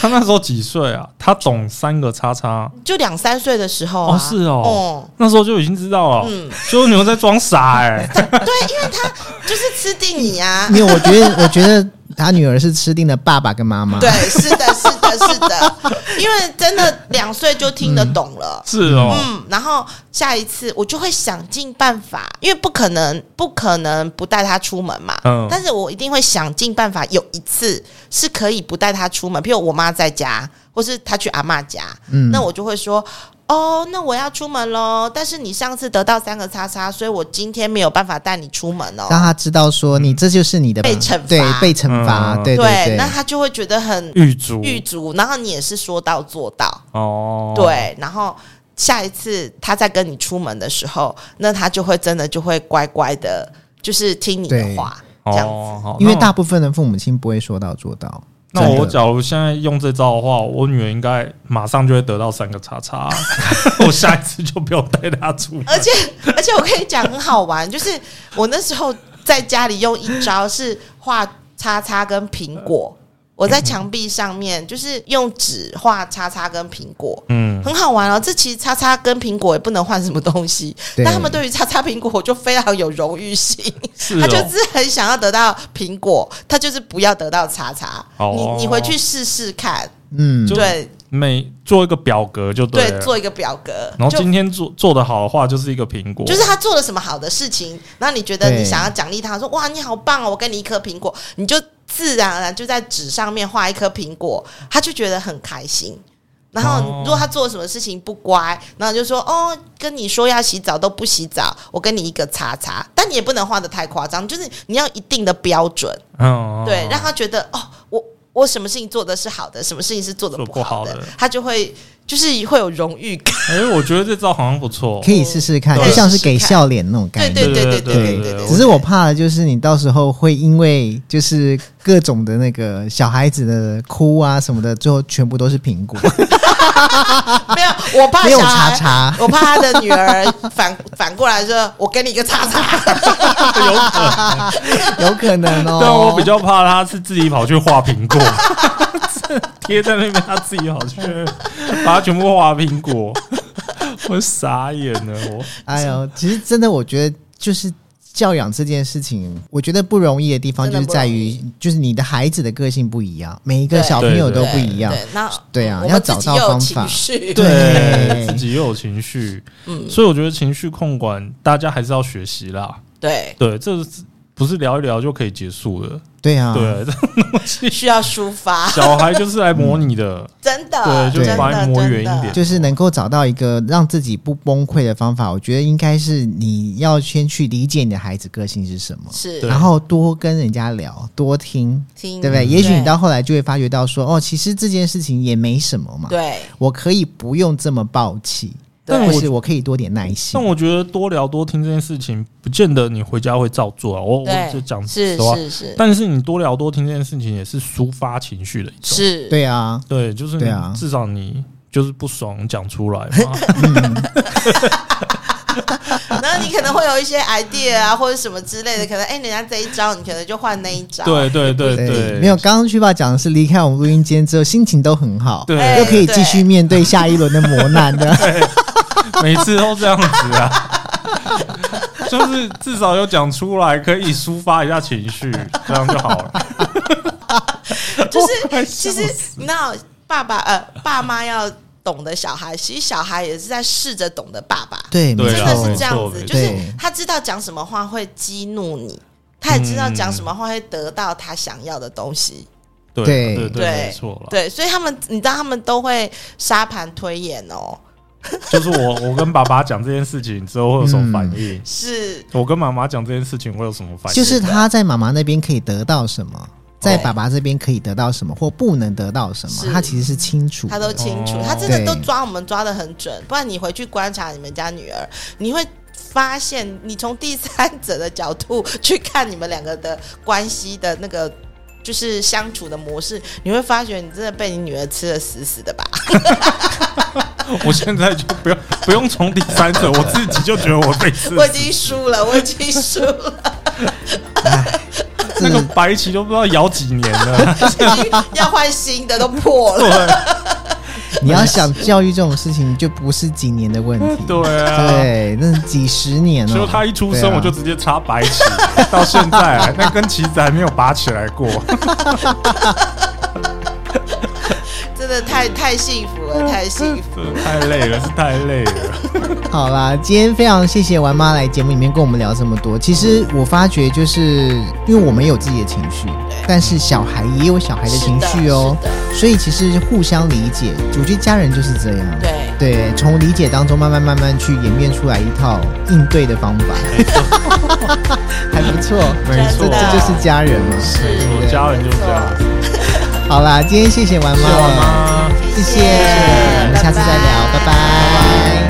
[SPEAKER 2] 他那时候几岁啊？他懂三个叉叉，
[SPEAKER 3] 就两三岁的时候啊，
[SPEAKER 2] 哦是哦那时候就已经知道了，
[SPEAKER 3] 嗯
[SPEAKER 2] 就是你们在装傻哎，
[SPEAKER 3] 嗯，对，因为他就是吃定你啊，
[SPEAKER 1] 因为我觉得，我觉得他女儿是吃定了爸爸跟妈妈。
[SPEAKER 3] 对，是的，是的，是的，因为真的两岁就听得懂了，
[SPEAKER 2] 是哦，
[SPEAKER 3] 嗯，然后下一次我就会想尽办法，因为不可能不可能不带他出门嘛，
[SPEAKER 2] 嗯
[SPEAKER 3] 但是我一定会想尽办法，有一次是可以不带他出门，譬如我妈在家，或是他去阿嬷家，
[SPEAKER 1] 嗯
[SPEAKER 3] 那我就会说。哦，那我要出门喽。但是你上次得到三个叉叉，所以我今天没有办法带你出门哦。
[SPEAKER 1] 让他知道说你这就是你的
[SPEAKER 3] 嗯被惩罚
[SPEAKER 1] 对，被惩罚，
[SPEAKER 2] 嗯
[SPEAKER 1] 对对，
[SPEAKER 3] 那他就会觉得很
[SPEAKER 2] 狱卒
[SPEAKER 3] 狱卒，然后你也是说到做到。
[SPEAKER 2] 哦，，
[SPEAKER 3] 对，然后下一次他再跟你出门的时候，那他就会真的就会乖乖的，就是听你的
[SPEAKER 1] 对
[SPEAKER 3] 话，这样子。
[SPEAKER 2] 哦，好
[SPEAKER 1] 因为
[SPEAKER 2] 那
[SPEAKER 1] 大部分的父母亲不会说到做到。
[SPEAKER 2] 那
[SPEAKER 1] 真的
[SPEAKER 2] 我假如现在用这招的话，我女儿应该马上就会得到三个叉 叉，我下一次就不要带她出门。
[SPEAKER 3] 而且而且我跟你讲很好玩， 就是我那时候在家里用一招是画叉叉跟苹果，我在墙壁上面就是用纸画叉叉跟苹果，
[SPEAKER 2] 嗯嗯，
[SPEAKER 3] 很好玩哦。这其实叉叉跟苹果也不能换什么东西，
[SPEAKER 1] 对
[SPEAKER 3] 但他们对于叉叉苹果就非常有荣誉性，
[SPEAKER 2] 是
[SPEAKER 3] 他就
[SPEAKER 2] 哦，
[SPEAKER 3] 是很想要得到苹果，他就是不要得到叉叉。
[SPEAKER 2] 哦
[SPEAKER 3] 你你回去试试看，
[SPEAKER 1] 嗯，
[SPEAKER 2] 就
[SPEAKER 3] 对
[SPEAKER 2] 每做一个表格就
[SPEAKER 3] 对
[SPEAKER 2] 了，，
[SPEAKER 3] 做一个表格，
[SPEAKER 2] 然后
[SPEAKER 3] 就
[SPEAKER 2] 今天做做的好的话，就是一个苹果，
[SPEAKER 3] 就是他做了什么好的事情，那你觉得
[SPEAKER 1] 对
[SPEAKER 3] 你想要奖励他，说哇你好棒哦，我给你一颗苹果，你就自然而然就在纸上面画一颗苹果，他就觉得很开心。然后
[SPEAKER 2] 哦
[SPEAKER 3] 如果他做什么事情不乖，然后就说哦跟你说要洗澡都不洗澡，我给你一个叉叉，但你也不能画的太夸张，就是你要一定的标准，
[SPEAKER 1] 哦
[SPEAKER 2] 嗯，
[SPEAKER 3] 对，让他觉得哦我。我什么事情做的是好的，什么事情是做的
[SPEAKER 2] 做
[SPEAKER 3] 不
[SPEAKER 2] 不
[SPEAKER 3] 好
[SPEAKER 2] 好
[SPEAKER 3] 的
[SPEAKER 2] 的，
[SPEAKER 3] 他就会就是会有荣誉感。
[SPEAKER 2] 哎、我觉得这招好像不错
[SPEAKER 1] 可，以试试看，
[SPEAKER 2] 对
[SPEAKER 1] 就像是
[SPEAKER 3] 试试看
[SPEAKER 1] 给笑脸那种概
[SPEAKER 3] 对
[SPEAKER 1] 念。
[SPEAKER 3] 对对
[SPEAKER 2] 对
[SPEAKER 3] 对对
[SPEAKER 2] 对
[SPEAKER 3] 对对。
[SPEAKER 1] 只是我怕的就是你到时候会因为就是各种的那个小孩子的哭啊什么的，最后全部都是苹果，
[SPEAKER 3] 没有，我 怕
[SPEAKER 1] 没有
[SPEAKER 3] 小孩
[SPEAKER 1] 叉叉
[SPEAKER 3] 我怕他的女儿反反过来说：“我给你一个叉叉。
[SPEAKER 2] 有可能。
[SPEAKER 1] 有可能哦。
[SPEAKER 2] 但我比较怕他是自己跑去画苹果， 贴在那边，他自己跑去把它全部画苹果， 我傻眼了，我
[SPEAKER 1] 哎呦，其实真的，我觉得就是教养这件事情，我觉得不容易的地方
[SPEAKER 3] 真的
[SPEAKER 1] 就是在于，就是你的孩子的个性不一样，每一个
[SPEAKER 3] 对
[SPEAKER 1] 小朋友
[SPEAKER 2] 对
[SPEAKER 1] 都不一样。
[SPEAKER 3] 对，那
[SPEAKER 1] 对啊
[SPEAKER 3] 我们
[SPEAKER 1] 要找到方法
[SPEAKER 3] 自己又有情绪
[SPEAKER 1] 对
[SPEAKER 2] 自己又有情绪，
[SPEAKER 3] 嗯
[SPEAKER 2] 所以我觉得情绪控管大家还是要学习啦。
[SPEAKER 3] 对，
[SPEAKER 2] 对，这是不是聊一聊就可以结束了？
[SPEAKER 1] 对啊，
[SPEAKER 2] 对，
[SPEAKER 3] 需要抒发，
[SPEAKER 2] 小孩就是来模拟的，
[SPEAKER 1] 嗯
[SPEAKER 3] 真的，
[SPEAKER 2] 对，就是
[SPEAKER 3] 真
[SPEAKER 2] 把
[SPEAKER 3] 的
[SPEAKER 2] 你磨圆一点，。
[SPEAKER 1] 就是能够找到一个让自己不崩溃的方法，我觉得应该是你要先去理解你的孩子个性是什么，
[SPEAKER 3] 真的
[SPEAKER 2] 对
[SPEAKER 3] 是
[SPEAKER 1] 然后多跟人家聊，多听，
[SPEAKER 3] 听，
[SPEAKER 1] 对不对？也许你到后来就会发觉到说，哦，其实这件事情也没什么嘛，
[SPEAKER 3] 对
[SPEAKER 1] 我可以不用这么暴气，
[SPEAKER 2] 但
[SPEAKER 1] 或
[SPEAKER 2] 我
[SPEAKER 1] 是我可以多点耐心
[SPEAKER 2] 但。我觉得多聊多听这件事情，不见得你回家会照做啊。我我
[SPEAKER 3] 对，
[SPEAKER 2] 就讲实
[SPEAKER 3] 是
[SPEAKER 2] 话，
[SPEAKER 3] 是是
[SPEAKER 2] 但是你多聊多听这件事情，也是抒发情绪的一种。
[SPEAKER 3] 是，
[SPEAKER 1] 对啊，
[SPEAKER 2] 对，就是你
[SPEAKER 1] 对啊
[SPEAKER 2] 至少你就是不爽讲出 来
[SPEAKER 3] 啊
[SPEAKER 2] 嘛。
[SPEAKER 3] 然后你可能会有一些 idea 啊，或者什么之类的，可能哎，人家这一招，你可能就换那一招，
[SPEAKER 2] 对对对对，
[SPEAKER 1] 没有。刚刚去爸讲的是离开我们录音间之后心情都很好，
[SPEAKER 2] 对
[SPEAKER 3] 哎
[SPEAKER 1] 又可以继续面对下一轮的磨难的。
[SPEAKER 2] 每次都这样子啊。 就是至少有讲出来，可以抒发一下情绪，这样就好了。
[SPEAKER 3] 就是其实你知道，爸爸呃，爸妈要懂得小孩，其实小孩也是在试着懂得爸爸，
[SPEAKER 1] 对，
[SPEAKER 2] 对
[SPEAKER 1] 没
[SPEAKER 3] 真
[SPEAKER 2] 啊
[SPEAKER 3] 的
[SPEAKER 1] 错
[SPEAKER 3] 是这样子，
[SPEAKER 2] 没错
[SPEAKER 3] 就是
[SPEAKER 1] 没错
[SPEAKER 3] 他知道讲什么话会激怒你，他也
[SPEAKER 2] 嗯
[SPEAKER 3] 知道讲什么话会得到他想要的东西。
[SPEAKER 2] 对
[SPEAKER 1] 对
[SPEAKER 2] 对
[SPEAKER 3] 对
[SPEAKER 2] 没错了。
[SPEAKER 3] 对，所以他们，你知道他们都会沙盘推演哦，
[SPEAKER 2] 就是我，我跟爸爸讲这件事情之后会有什么反应？
[SPEAKER 3] 是
[SPEAKER 2] 我跟妈妈讲这件事情会有什么反应？
[SPEAKER 1] 就是他在妈妈那边可以得到什么，在爸爸这边可以得到什么，或不能得到什
[SPEAKER 3] 是
[SPEAKER 1] 么，他其实是清楚的。
[SPEAKER 3] 他都清楚
[SPEAKER 2] 哦，
[SPEAKER 3] 他真的都
[SPEAKER 1] 对
[SPEAKER 3] 抓我们抓的很准，不然你回去观察你们家女儿，你会。发现你从第三者的角度去看你们两个的关系的那个就是相处的模式，你会发觉你真的被你女儿吃的死 死的吧？
[SPEAKER 2] 我现在就不用不用从第三者，我自己就觉得我被刺
[SPEAKER 3] 我已经输了，我已经输了。
[SPEAKER 1] 这
[SPEAKER 2] 那
[SPEAKER 1] 个
[SPEAKER 2] 个白旗都不知道摇几年了。
[SPEAKER 3] 已经要换新的都破了。
[SPEAKER 1] 你要想教育这种事情，就不是几年的问题。
[SPEAKER 2] 对啊，
[SPEAKER 1] 对，那是几十年哦。
[SPEAKER 2] 就他一出
[SPEAKER 1] 对
[SPEAKER 2] 生
[SPEAKER 1] 啊
[SPEAKER 2] 我就直接插白旗，到现在那根旗子还没有拔起来过。
[SPEAKER 3] 真的太太幸福了，太幸福。
[SPEAKER 2] 真的 太累了，是太累了。
[SPEAKER 1] 好啦，今天非常谢谢玩妈来节目里面跟我们聊这么多。其实我发觉，就是因为我们有自己的情绪，但是小孩也有小孩的情绪哦
[SPEAKER 3] 是的，
[SPEAKER 1] 所以其实互相理解，我觉得家人就是这样。
[SPEAKER 3] 对，
[SPEAKER 1] 对，从理解当中慢慢慢慢去演变出来一套应对的方 法，还不错。
[SPEAKER 2] 没
[SPEAKER 1] 这
[SPEAKER 2] 错，
[SPEAKER 3] 真的
[SPEAKER 1] 这就是家人嘛。
[SPEAKER 2] 没
[SPEAKER 3] 是
[SPEAKER 2] 错，家人就是这样。
[SPEAKER 1] 好啦，今天谢谢玩妈
[SPEAKER 2] 知道
[SPEAKER 1] 了，
[SPEAKER 2] 吗？
[SPEAKER 1] 谢谢，
[SPEAKER 3] 谢谢
[SPEAKER 1] 我们下次再聊，拜拜